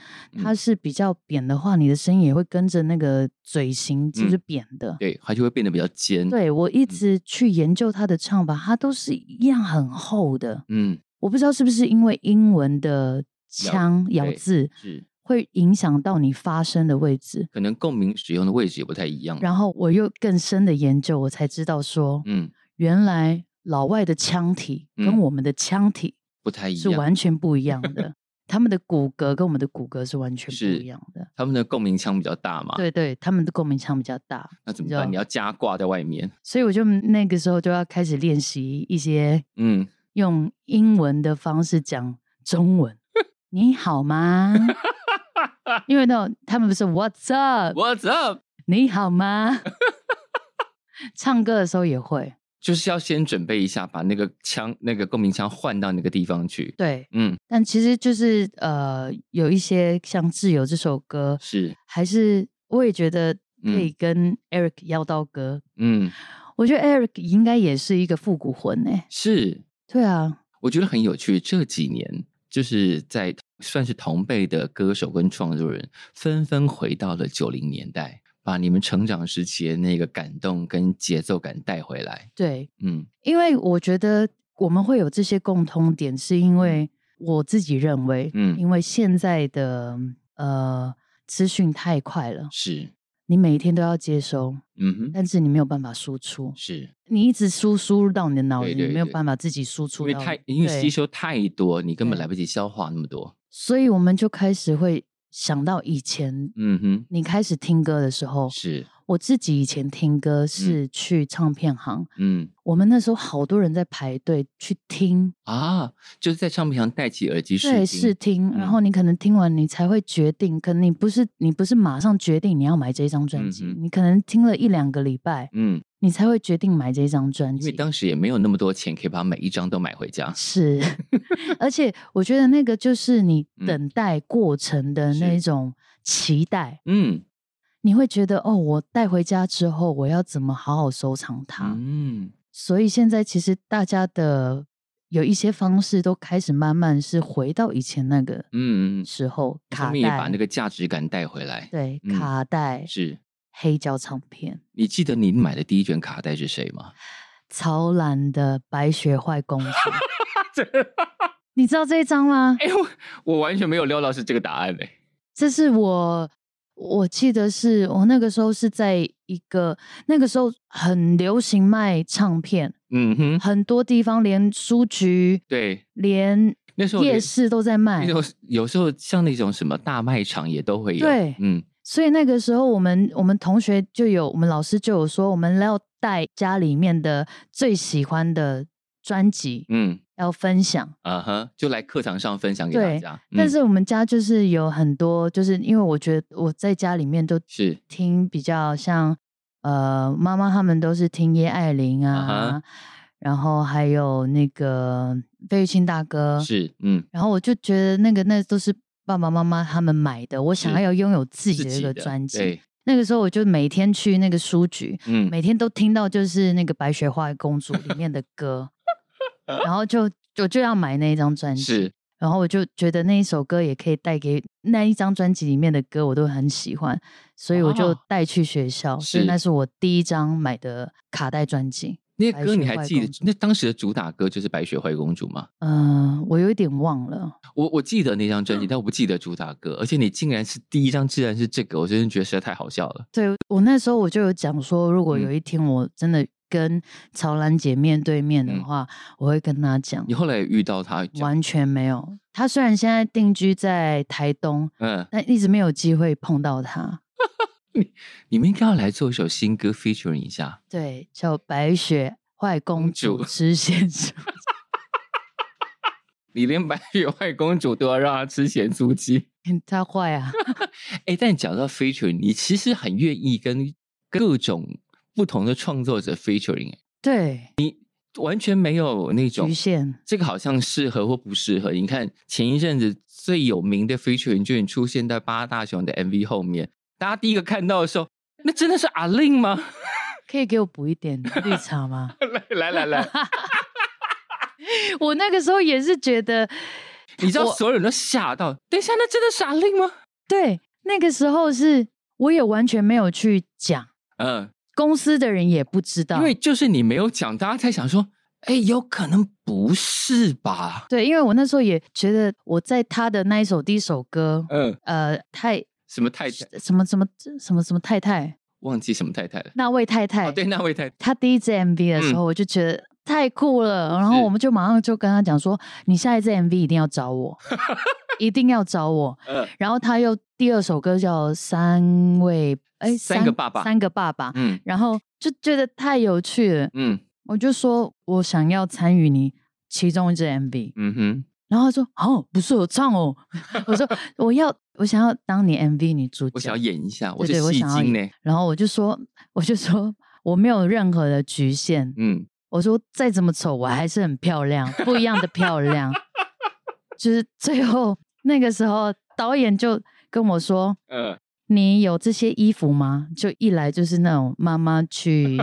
Speaker 3: 它
Speaker 2: 嗯
Speaker 3: 是比较扁的话，你的声音也会跟着那个嘴型就是
Speaker 2: 嗯
Speaker 3: 扁的。
Speaker 2: 对，它就会变得比较尖。，
Speaker 3: 对我一直去研究他的唱法，他都是一样很厚的。
Speaker 2: 嗯，
Speaker 3: 我不知道是不是因为英文的
Speaker 2: 咬
Speaker 3: 腔咬
Speaker 2: 对
Speaker 3: 字
Speaker 2: 是，嗯
Speaker 3: 会影响到你发声的位置。
Speaker 2: 可能共鸣使用的位置也不太一样。
Speaker 3: 然后我又更深的研究，我才知道说，
Speaker 2: 嗯，
Speaker 3: 原来老外的腔体跟
Speaker 2: 嗯
Speaker 3: 我们的腔体
Speaker 2: 不太一
Speaker 3: 是
Speaker 2: 样。
Speaker 3: 完全不一样的，他们的骨骼跟我们的骨骼是完全不
Speaker 2: 是
Speaker 3: 一样的。
Speaker 2: 他们的共鸣腔比较大嘛？，
Speaker 3: 对对，他们的共鸣腔比较大，
Speaker 2: 那怎么
Speaker 3: 比较
Speaker 2: 办？你要加挂在外面。
Speaker 3: 所以我就那个时候就要开始练习一些
Speaker 2: 嗯，
Speaker 3: 用英文的方式讲中文。你好吗？因为那种他们不是 What's up？
Speaker 2: What's up？
Speaker 3: 你好吗？ *laughs* 唱歌的时候也会，
Speaker 2: 就是要先准备一下，把那个腔、那个共鸣腔换到那个地方去。
Speaker 3: 对，
Speaker 2: 嗯，
Speaker 3: 但其实就是呃，有一些像《自由》这首歌，
Speaker 2: 是，
Speaker 3: 还是我也觉得可
Speaker 2: 嗯
Speaker 3: 以跟 Eric 要到歌。
Speaker 2: 嗯，
Speaker 3: 我觉得 Eric 应该也是一个复古魂欸诶、
Speaker 2: 是。
Speaker 3: 对啊，
Speaker 2: 我觉得很有趣，这几年就是在算是同辈的歌手跟创作人纷纷回到了九零年代，把你们成长时期的那个感动跟节奏感带回来。
Speaker 3: 对，
Speaker 2: 嗯，
Speaker 3: 因为我觉得我们会有这些共通点，是因为我自己认为，
Speaker 2: 嗯
Speaker 3: 因为现在的呃资讯太快了，
Speaker 2: 是，
Speaker 3: 你每天都要接收，
Speaker 2: 嗯哼，
Speaker 3: 但是你没有办法输出，
Speaker 2: 是
Speaker 3: 你一直输输入到你的脑子，
Speaker 2: 对
Speaker 3: 你
Speaker 2: 对
Speaker 3: 没有
Speaker 2: 对
Speaker 3: 办法自己输
Speaker 2: 因
Speaker 3: 出
Speaker 2: 为
Speaker 3: 到你，
Speaker 2: 太因为吸
Speaker 3: 对
Speaker 2: 收太多，你根本
Speaker 3: 对
Speaker 2: 来不及消化那么多。
Speaker 3: 所以我们就开始会想到以前
Speaker 2: 嗯哼，
Speaker 3: 你开始听歌的时候，
Speaker 2: 是，
Speaker 3: 我自己以前听歌是去唱片行，
Speaker 2: 嗯
Speaker 3: 我们那时候好多人在排队去听，
Speaker 2: 啊，就是在唱片行戴起耳机试
Speaker 3: 对，
Speaker 2: 听
Speaker 3: 试听，
Speaker 2: 嗯
Speaker 3: 然后你可能听完你才会决定，可能你不是你不是马上决定你要买这张专辑，
Speaker 2: 嗯哼
Speaker 3: 你可能听了一两个礼拜，
Speaker 2: 嗯，
Speaker 3: 你才会决定买这张专
Speaker 2: 因为
Speaker 3: 辑。
Speaker 2: 当时也没有那么多钱可以把每一张都买回家。
Speaker 3: 是， *laughs* 而且我觉得那个就是你
Speaker 2: *laughs* 嗯
Speaker 3: 等待过程的
Speaker 2: 是
Speaker 3: 那种期待，
Speaker 2: 嗯
Speaker 3: 你会觉得哦，我带回家之后，我要怎么好好收藏它？
Speaker 2: 嗯，
Speaker 3: 所以现在其实大家的有一些方式都开始慢慢是回到以前那个
Speaker 2: 嗯嗯嗯
Speaker 3: 时候，
Speaker 2: 他
Speaker 3: 卡
Speaker 2: 们
Speaker 3: 带
Speaker 2: 也把那个价值感带回来。
Speaker 3: 对、
Speaker 2: 嗯
Speaker 3: 卡带
Speaker 2: 是
Speaker 3: 黑胶唱片，
Speaker 2: 你记得你买的第一卷卡带是谁
Speaker 3: *laughs*
Speaker 2: 吗？
Speaker 3: 曹蓝的《白雪坏公主》，你知道这一张吗？
Speaker 2: 哎、我 *laughs* 我完全没有料到是这个答案嘞、
Speaker 3: 这是我。我记得是我那个时候是在一个那个时候很流行卖唱片，
Speaker 2: 嗯哼，
Speaker 3: 很多地方连书局、
Speaker 2: 对，
Speaker 3: 连
Speaker 2: 那时候
Speaker 3: 夜
Speaker 2: 连
Speaker 3: 市都在卖
Speaker 2: 那，种有时候像那种什么大卖场也都会有。
Speaker 3: 对
Speaker 2: 嗯，
Speaker 3: 所以那个时候，我们我们同学就有，我们老师就有说，我们要带家里面的最喜欢的专辑
Speaker 2: 嗯
Speaker 3: 要分享。
Speaker 2: 啊哈，就来课堂上分享给大
Speaker 3: 对
Speaker 2: 家。
Speaker 3: 但
Speaker 2: 嗯
Speaker 3: 是我们家就是有很多，就是因为我觉得我在家里面都
Speaker 2: 是
Speaker 3: 听比较像呃妈妈他们都是听叶爱玲
Speaker 2: 啊
Speaker 3: 啊，然后还有那个费玉清大哥，
Speaker 2: 是嗯，
Speaker 3: 然后我就觉得那个那都是爸爸妈妈他们买的，我想
Speaker 2: 是
Speaker 3: 要拥有自
Speaker 2: 自
Speaker 3: 己的一
Speaker 2: 己
Speaker 3: 个
Speaker 2: 的
Speaker 3: 专辑。
Speaker 2: 对，
Speaker 3: 那个时候我就每天去那个书局，
Speaker 2: 嗯，
Speaker 3: 每天都听到就是那个《白雪花公主》里面的
Speaker 2: *laughs*
Speaker 3: 歌，然后就我就要买那一张专辑。
Speaker 2: 是
Speaker 3: 然后我就觉得那一首歌也可以带给那一张专辑里面的歌，我都很喜欢，所以我就
Speaker 2: 哦
Speaker 3: 带去学校。所以
Speaker 2: 是
Speaker 3: 那是我第一张买的卡带专辑。
Speaker 2: 那
Speaker 3: 白
Speaker 2: 歌你
Speaker 3: 雪
Speaker 2: 还
Speaker 3: 坏
Speaker 2: 记
Speaker 3: 公
Speaker 2: 得？
Speaker 3: 主
Speaker 2: 那当时的主打歌就是《白雪灰公主》吗？
Speaker 3: 嗯、我有一点忘了。
Speaker 2: 我我记得那张
Speaker 3: 嗯
Speaker 2: 专辑，但我不记得主打歌。而且你竟然是第一张，竟然是这个，我真的觉得实在太好笑了。
Speaker 3: 对我那时候我就有讲说，如果有
Speaker 2: 嗯
Speaker 3: 一天我真的跟曹兰姐面对面的
Speaker 2: 嗯
Speaker 3: 话，我会跟她讲
Speaker 2: 你。后来也遇到他，就
Speaker 3: 完全没有，她虽然现在定居在台东，
Speaker 2: 嗯，
Speaker 3: 但一直没有机会碰到她。
Speaker 2: 你们应该要来做一首新歌 featuring 一下。
Speaker 3: 对，叫《白雪坏公
Speaker 2: 公主
Speaker 3: 主之先生》。 *laughs*
Speaker 2: 你连白雪坏公主都要让她吃咸酥鸡，
Speaker 3: 他坏啊，
Speaker 2: 哎，但讲到 featuring，你其实很愿意跟各种不同的创作者 featuring，诶
Speaker 3: 对，
Speaker 2: 完全没有那种 *laughs*
Speaker 3: 局限，
Speaker 2: 这个好像适合或不适合。你看前一阵子最有名的 featuring 就已经出现在八大雄的 MV 后面，大家第一个看到的时候，那真的是阿令吗？
Speaker 3: 可以给我补一点绿茶吗？
Speaker 2: *laughs* 来来来来，
Speaker 3: 我那个时候也是觉得，
Speaker 2: *laughs* 你知道
Speaker 3: 我
Speaker 2: 所有人都吓到，等一下，那真的是阿令吗？
Speaker 3: 对，那个时候是我也完全没有去讲，
Speaker 2: 嗯，
Speaker 3: 公司的人也不知道
Speaker 2: 因，为就是你没有讲，大家才想说，哎，有可能不是吧？
Speaker 3: 对，因为我那时候也觉得我在他的那一首第一首歌，
Speaker 2: 嗯，
Speaker 3: 呃，太
Speaker 2: 什么太太
Speaker 3: 什么什么什么什么太太，
Speaker 2: 忘记什么太太了？
Speaker 3: 那位太太，
Speaker 2: 哦，对，那位太太，
Speaker 3: 他第一支 MV 的时候，我就觉得太酷了，然后
Speaker 2: 是
Speaker 3: 我们就马上就跟他讲说，你下一支 MV 一定要找
Speaker 2: *laughs*
Speaker 3: 我，一定要找我。
Speaker 2: 呃，
Speaker 3: 然后他又第二首歌叫《三位》，哎，
Speaker 2: 三个爸爸
Speaker 3: 三个爸爸，
Speaker 2: 嗯
Speaker 3: 然后就觉得太有趣了，
Speaker 2: 嗯
Speaker 3: 我就说我想要参与你其中一支 MV，
Speaker 2: 嗯哼，
Speaker 3: 然后他说哦，不是我唱哦，我说我要我想要当你 MV 女主角，
Speaker 2: 我想要演一下，我
Speaker 3: 对
Speaker 2: 是
Speaker 3: 对我
Speaker 2: 戏
Speaker 3: 想要
Speaker 2: 精
Speaker 3: 演
Speaker 2: 呢，
Speaker 3: 然后我就说我就说我没有任何的局限，
Speaker 2: 嗯，
Speaker 3: 我说再怎么丑，我还是很漂亮，不一样的漂亮。就是最后那个时候，导演就跟我说
Speaker 2: 呃，：“
Speaker 3: 你有这些衣服吗？”就一来就是那种妈妈去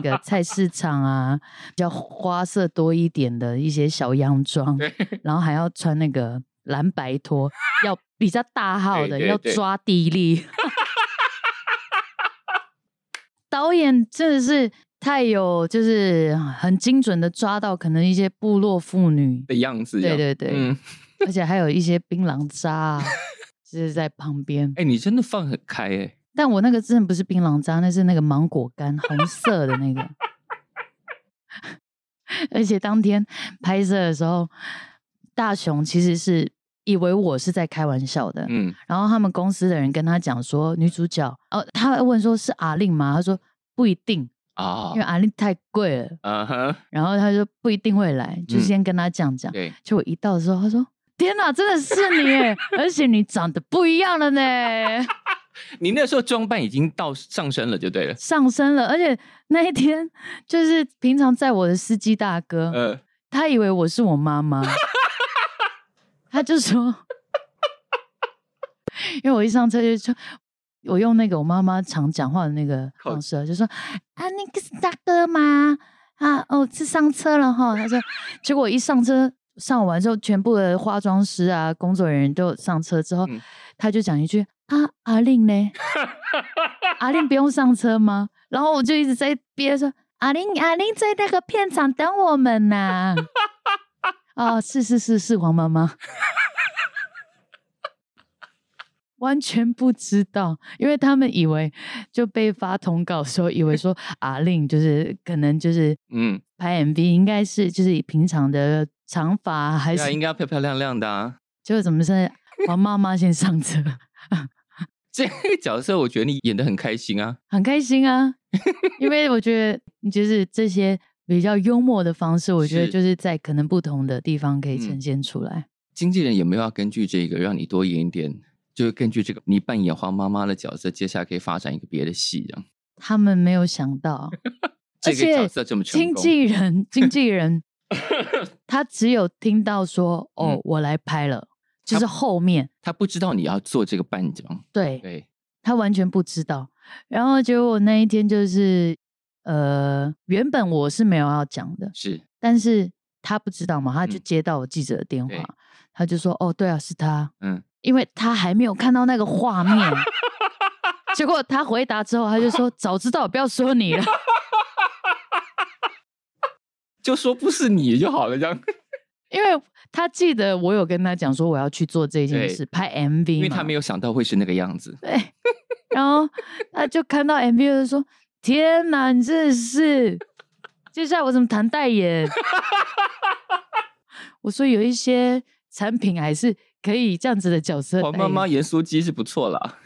Speaker 2: *laughs*
Speaker 3: 个菜市场啊，比较花色多一点的一些小洋装，
Speaker 2: 对，
Speaker 3: 然后还要穿那个蓝白拖，
Speaker 2: *laughs*
Speaker 3: 要比较大号的，
Speaker 2: 对对
Speaker 3: 要
Speaker 2: 对
Speaker 3: 抓地力。 *laughs* 导演真的是太有，就是很精准的抓到可能一些部落妇女，
Speaker 2: 的样子一
Speaker 3: 对
Speaker 2: 样，
Speaker 3: 对对
Speaker 2: 嗯，
Speaker 3: 而且还有一些槟榔渣、啊，就是在旁边。
Speaker 2: 哎，你真的放很开哎，
Speaker 3: 但我那个真的不是槟榔渣，那是那个芒果干，红色的那个。 *laughs* 而且当天拍摄的时候，大雄其实是以为我是在开玩笑的，
Speaker 2: 嗯，
Speaker 3: 然后他们公司的人跟他讲说，女主角哦，他还问说是阿令吗？他说不一定，
Speaker 2: 啊
Speaker 3: 因为，阿令太贵了，
Speaker 2: 嗯哼，
Speaker 3: 然后他说不一定会来，就
Speaker 2: 嗯
Speaker 3: 先跟他讲讲。
Speaker 2: 对，
Speaker 3: 就我一到的时候，他说。天哪，真的是
Speaker 2: *laughs*
Speaker 3: 你耶！而且你长得不一样了呢。
Speaker 2: 你那时候装扮已经到上身了，就对了，
Speaker 3: 上升了，而且那一天就是平常在我的司机大哥，
Speaker 2: 呃，
Speaker 3: 他以为我是我妈妈，他就说，因为我一上车就说，我用那个我妈妈常讲话的那个
Speaker 2: 口
Speaker 3: 方式啊，就说啊，那个是大哥吗？啊，哦，是上车了哈。他说，结果我一上车。上完之后，全部的化妆师啊、工作人员都上车之后，
Speaker 2: 嗯
Speaker 3: 他就讲一句：“啊，阿令呢？ *laughs* 阿令不用上车吗？”然后我就一直在憋说：“阿令，阿令在那个片场等我们
Speaker 2: *laughs*
Speaker 3: 呐、哦，是是是是，黄妈妈，完全不知道，因为他们以为就被发通告的时候，以
Speaker 2: *laughs*
Speaker 3: 为说阿令就是可能就是
Speaker 2: 嗯，
Speaker 3: 拍 MV 应该是就是以平常的长发还
Speaker 2: 对啊，
Speaker 3: 是
Speaker 2: 应该要漂漂亮亮的啊。
Speaker 3: 就怎么是黄妈妈先上车，
Speaker 2: 这个角色我觉得你演的很开心啊，
Speaker 3: 很开心啊， *laughs* 因为我觉得你就是这些比较幽默的方式，我觉得
Speaker 2: 是
Speaker 3: 就是在可能不同的地方可以呈
Speaker 2: 嗯
Speaker 3: 现出来。
Speaker 2: 经纪人有没有要根据这个让你多演一点？就是根据这个你扮演花妈妈的角色，接下来可以发展一个别的戏这样。，
Speaker 3: 他们没有想到
Speaker 2: *laughs* 这
Speaker 3: 而
Speaker 2: 个
Speaker 3: 且
Speaker 2: 角色这么成
Speaker 3: 经
Speaker 2: 功
Speaker 3: 纪人，经
Speaker 2: *laughs*
Speaker 3: 纪人他只有听到说哦，
Speaker 2: 嗯
Speaker 3: 我来拍了，就
Speaker 2: 他
Speaker 3: 是后面
Speaker 2: 他不知道你要做这个扮演，
Speaker 3: 对
Speaker 2: 对，
Speaker 3: 他完全不知道。然后结果那一天就是，呃，原本我是没有要讲的，
Speaker 2: 是
Speaker 3: 但是他不知道嘛，他就
Speaker 2: 嗯
Speaker 3: 接到我记者的电话，
Speaker 2: 对
Speaker 3: 他就说：“哦，对啊，是他。”
Speaker 2: 嗯，
Speaker 3: 因为他还没有看到那个
Speaker 2: *laughs*
Speaker 3: 画面。结果他回答之后，他就说：“早知道我不要说你了。 *laughs*
Speaker 2: 就说不是你就好了这样，”
Speaker 3: 因为他记得我有跟他讲说我要去做这件
Speaker 2: 对
Speaker 3: 事，拍 MV 嘛。
Speaker 2: 因为他没有想到会是那个样子。
Speaker 3: 对，然后他就看到 MV 就说：“天哪，你真的是！接下来我怎么谈代言？” *laughs* 我说有一些产品还是可以这样子的角色代
Speaker 2: 黄
Speaker 3: 言。
Speaker 2: 妈妈盐酥鸡是不错啊啦，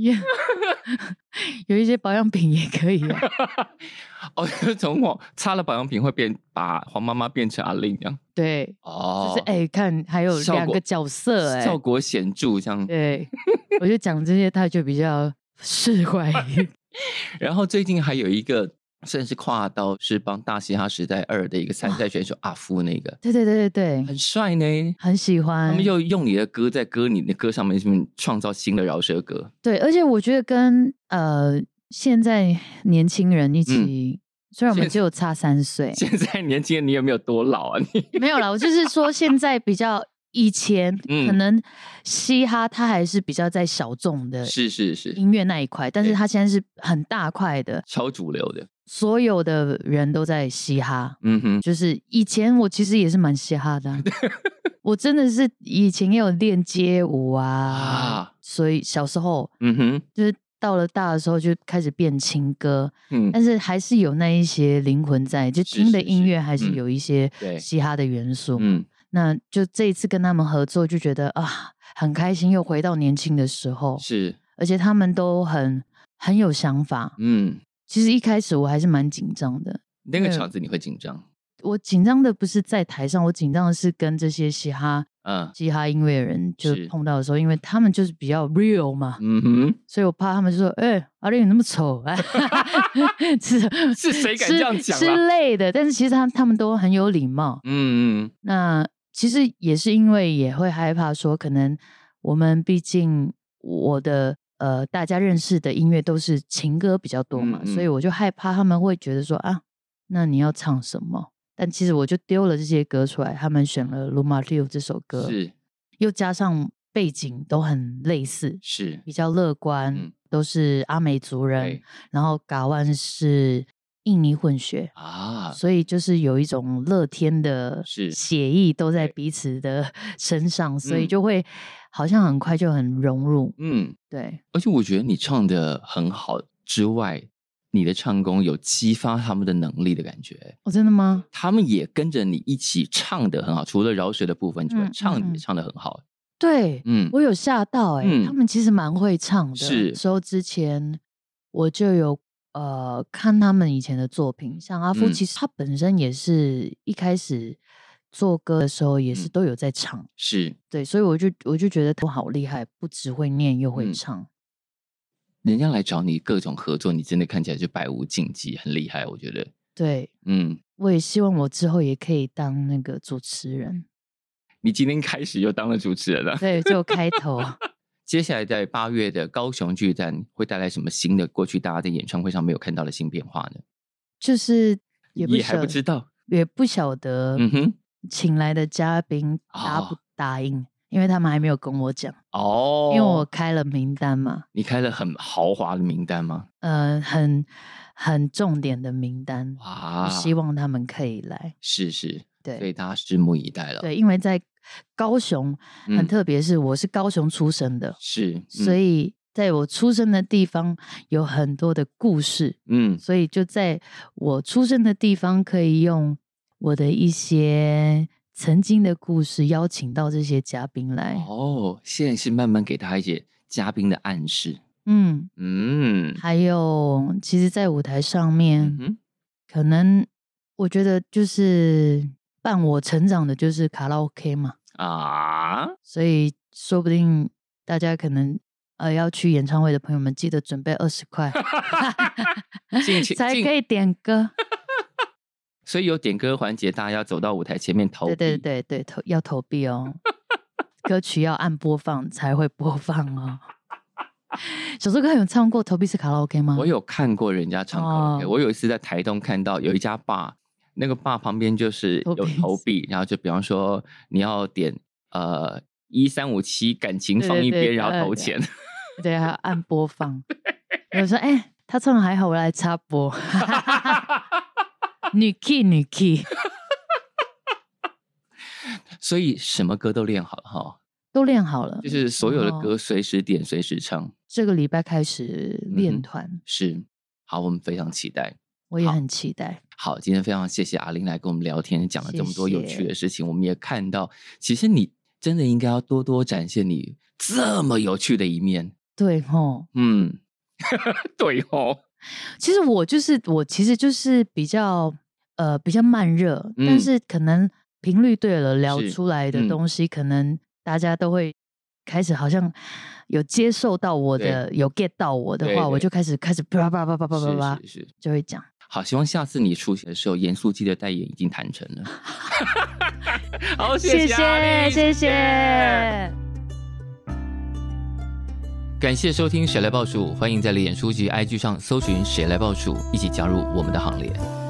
Speaker 3: 也 *laughs* 有一些保养品也可以、啊。
Speaker 2: 哦， *laughs* 就是从我擦了保养品会变把黄妈妈变成阿令这样，
Speaker 3: 对，
Speaker 2: 哦
Speaker 3: 就是哎、看还有
Speaker 2: 效
Speaker 3: 两
Speaker 2: 果
Speaker 3: 个角色哎、
Speaker 2: 效果显著这样。
Speaker 3: 对，我就讲这些，他就比较释怀一点。 *laughs*
Speaker 2: 然后最近还有一个，甚至跨到是帮《大嘻哈时代二》的一个参赛选手阿夫那个，
Speaker 3: 对对对对对，
Speaker 2: 很帅呢。
Speaker 3: 很喜
Speaker 2: 他
Speaker 3: 欢。
Speaker 2: 们又用你的歌在歌你的歌上面，嗯创造新的饶舌歌，
Speaker 3: 对，而且我觉得跟呃现在年轻人一起，虽然我
Speaker 2: 嗯
Speaker 3: 们
Speaker 2: 现
Speaker 3: 只有差三岁，
Speaker 2: *laughs* 现在年轻人，你有没有多老啊？ *laughs* 你
Speaker 3: 没有啦，我就是说现在比较以前、可
Speaker 2: *laughs* 嗯
Speaker 3: 能嘻哈它还是比较在小众的
Speaker 2: 是是是，
Speaker 3: 音乐那一块，但是
Speaker 2: 对
Speaker 3: 它现在是很大块的，
Speaker 2: 超主流的。
Speaker 3: 所有的人都在嘻哈。
Speaker 2: 嗯哼，
Speaker 3: 就是以前我其实也是蛮嘻
Speaker 2: *laughs*
Speaker 3: 哈的啊、我真的是以前也有练街舞啊，
Speaker 2: 啊
Speaker 3: 所以小时候
Speaker 2: 嗯哼，
Speaker 3: 就是到了大的时候就开始变情歌，
Speaker 2: 嗯，
Speaker 3: 但是还是有那一些灵魂在，就是听的
Speaker 2: 是
Speaker 3: 音
Speaker 2: 是
Speaker 3: 乐还是
Speaker 2: 嗯
Speaker 3: 有一些
Speaker 2: 对
Speaker 3: 嘻哈的元素。
Speaker 2: 嗯，
Speaker 3: 那就这一次跟他们合作，就觉得啊，很开心，又回到年轻的时候，
Speaker 2: 是，
Speaker 3: 而且他们都很很有想法。
Speaker 2: 嗯，
Speaker 3: 其实一开始我还是蛮紧张的，
Speaker 2: 那个
Speaker 3: 对
Speaker 2: 场子你会紧张？
Speaker 3: 我紧张的不是在台上，我紧张的是跟这些嘻哈
Speaker 2: 嗯
Speaker 3: 嘻哈音乐人就是碰到的时候，因为他们就是比较 real 嘛，
Speaker 2: 嗯哼，
Speaker 3: 所以我怕他们就说：“哎、阿丽你那么丑
Speaker 2: *laughs*
Speaker 3: 啊，是
Speaker 2: 是谁敢这样讲
Speaker 3: 之
Speaker 2: 啦
Speaker 3: 之类的。”但是其实他他们都很有礼貌。
Speaker 2: 嗯嗯，
Speaker 3: 那其实也是因为也会害怕说，可能我们毕竟我的呃大家认识的音乐都是情歌比较多嘛，
Speaker 2: 嗯嗯
Speaker 3: 所以我就害怕他们会觉得说啊，那你要唱什么？但其实我就丢了这些歌出来，他们选了《l u m a r i o 这首歌，
Speaker 2: 是
Speaker 3: 又加上背景都很类似，
Speaker 2: 是，
Speaker 3: 比较乐观，
Speaker 2: 嗯
Speaker 3: 都是阿美族人
Speaker 2: 对，
Speaker 3: 然后嘎万是印尼混血，
Speaker 2: 啊，
Speaker 3: 所以就是有一种乐天的
Speaker 2: 是
Speaker 3: 写意都在
Speaker 2: 对
Speaker 3: 彼此的 *laughs* 身上，所以
Speaker 2: 嗯
Speaker 3: 就会好像很快就很融入。
Speaker 2: 嗯。
Speaker 3: 对，
Speaker 2: 而且我觉得你唱的很好之外，你的唱功有激发他们的能力的感觉，
Speaker 3: 哦，真的吗？
Speaker 2: 他们也跟着你一起唱的很好。除了饶舌的部分之外，
Speaker 3: 嗯嗯
Speaker 2: 唱的
Speaker 3: 嗯
Speaker 2: 也唱的很好。
Speaker 3: 对，
Speaker 2: 嗯，
Speaker 3: 我有吓到哎、
Speaker 2: 嗯
Speaker 3: 他们其实蛮会唱的。
Speaker 2: 是
Speaker 3: 之后之前我就有呃看他们以前的作品，像阿夫，
Speaker 2: 嗯
Speaker 3: 其实他本身也是一开始做歌的时候也是
Speaker 2: 嗯
Speaker 3: 都有在唱，
Speaker 2: 是
Speaker 3: 对，所以我就我就觉得他好厉害，不只会念又会
Speaker 2: 嗯
Speaker 3: 唱。
Speaker 2: 人家来找你各种合作，你真的看起来就百无禁忌，很厉害。我觉得，
Speaker 3: 对，
Speaker 2: 嗯，
Speaker 3: 我也希望我之后也可以当那个主持人，
Speaker 2: 你今天开始又当了主持人了。
Speaker 3: 对，就开头。
Speaker 2: 接下来在八月的高雄巨蛋会带来什么新的？过去大家在演唱会上没有看到的新变化呢？ *laughs*
Speaker 3: 就是也不
Speaker 2: 你还
Speaker 3: 晓
Speaker 2: 不知道。
Speaker 3: 也不晓得
Speaker 2: 嗯哼，
Speaker 3: 请来的嘉宾答
Speaker 2: 哦
Speaker 3: 不答应，因为他们还没有跟我讲，
Speaker 2: 哦，
Speaker 3: 因为我开了名单嘛，
Speaker 2: 你开了很豪华的名单吗？
Speaker 3: 呃，很很重点的名单，
Speaker 2: 哇
Speaker 3: 我，希望他们可以来。
Speaker 2: 是是，所以
Speaker 3: 对
Speaker 2: 大家拭目以待了。
Speaker 3: 对，因为在高雄，
Speaker 2: 嗯，
Speaker 3: 很特别，是我是高雄出生的，
Speaker 2: 是，
Speaker 3: 所
Speaker 2: 以
Speaker 3: 以在我出生的地方有很多的故事。
Speaker 2: 嗯
Speaker 3: 所以就在我出生的地方，可以用我的一些曾经的故事邀请到这些嘉宾来。
Speaker 2: 哦，现在是慢慢给他一些嘉宾的暗示。
Speaker 3: 嗯，
Speaker 2: 嗯，
Speaker 3: 还有，其实，在舞台上面
Speaker 2: 嗯，哼，
Speaker 3: 可能我觉得就是伴我成长的就是卡拉 OK 嘛， *laughs*
Speaker 2: 啊，
Speaker 3: 所以说不定大家可能呃要去演唱会的朋友们，记得准备二十
Speaker 2: *laughs*
Speaker 3: 块 *laughs*
Speaker 2: 进去
Speaker 3: 才
Speaker 2: 进
Speaker 3: 可以点歌。
Speaker 2: 所以有点歌环节，大家要走到舞台前面投
Speaker 3: 对
Speaker 2: 币。
Speaker 3: 对对对，投要投币哦，歌曲要按播放才会播放哦。 *laughs* 小时候哥有唱过投币式卡拉 OK 吗？
Speaker 2: 我有看过人家唱卡拉 OK，、
Speaker 3: 哦
Speaker 2: 我有一次在台东看到有一家坝，那个坝旁边就是
Speaker 3: 投
Speaker 2: 有
Speaker 3: 币
Speaker 2: 投币，然后就比方说你要点呃一三五七感情
Speaker 3: 对
Speaker 2: 放
Speaker 3: 对
Speaker 2: 一
Speaker 3: 对
Speaker 2: 边，然后
Speaker 3: 呃
Speaker 2: 投
Speaker 3: 对
Speaker 2: 钱。
Speaker 3: *laughs*
Speaker 2: *laughs*
Speaker 3: 对，还要按播放。我说，哎、他唱的还好，我来
Speaker 2: *laughs*
Speaker 3: 插播。女 key 女 key *laughs*
Speaker 2: 所以什么歌都练好了哈，
Speaker 3: 都练好了，
Speaker 2: 就是所有的
Speaker 3: 哦
Speaker 2: 歌随时点随时唱。
Speaker 3: 这个礼拜开始
Speaker 2: 嗯哼
Speaker 3: 练团，
Speaker 2: 是，好，我们非常期待。
Speaker 3: 我也
Speaker 2: 好
Speaker 3: 很期待。
Speaker 2: 好，今天非常谢谢阿玲来跟我们聊天，讲了这么多有趣
Speaker 3: 谢
Speaker 2: 的事情，我们也看到，其实你真的应该要多多展现你这么有趣的一面。
Speaker 3: 对吼，
Speaker 2: 嗯， *laughs* 对哦，
Speaker 3: 其实我就是我，其实就是比较呃比较慢热，
Speaker 2: 嗯
Speaker 3: 但是可能频率对了，聊
Speaker 2: 是
Speaker 3: 出来
Speaker 2: 嗯
Speaker 3: 的东西、可能大家都会开始好像有接受到我
Speaker 2: 对
Speaker 3: 的，有 get 到我的话，
Speaker 2: 对
Speaker 3: 我
Speaker 2: 对
Speaker 3: 就开始开始叭叭叭叭叭叭叭
Speaker 2: 是是是。
Speaker 3: 就会讲。
Speaker 2: 好，希望下次你出现的时候，严肃记得代言已经谈 *laughs* 成了。好，
Speaker 3: 谢
Speaker 2: 谢阿
Speaker 3: 谢
Speaker 2: 玲，
Speaker 3: 谢谢。
Speaker 2: 感谢收听《谁来报数》，欢迎在脸书及 IG 上搜寻“谁来报数”，一起加入我们的行列。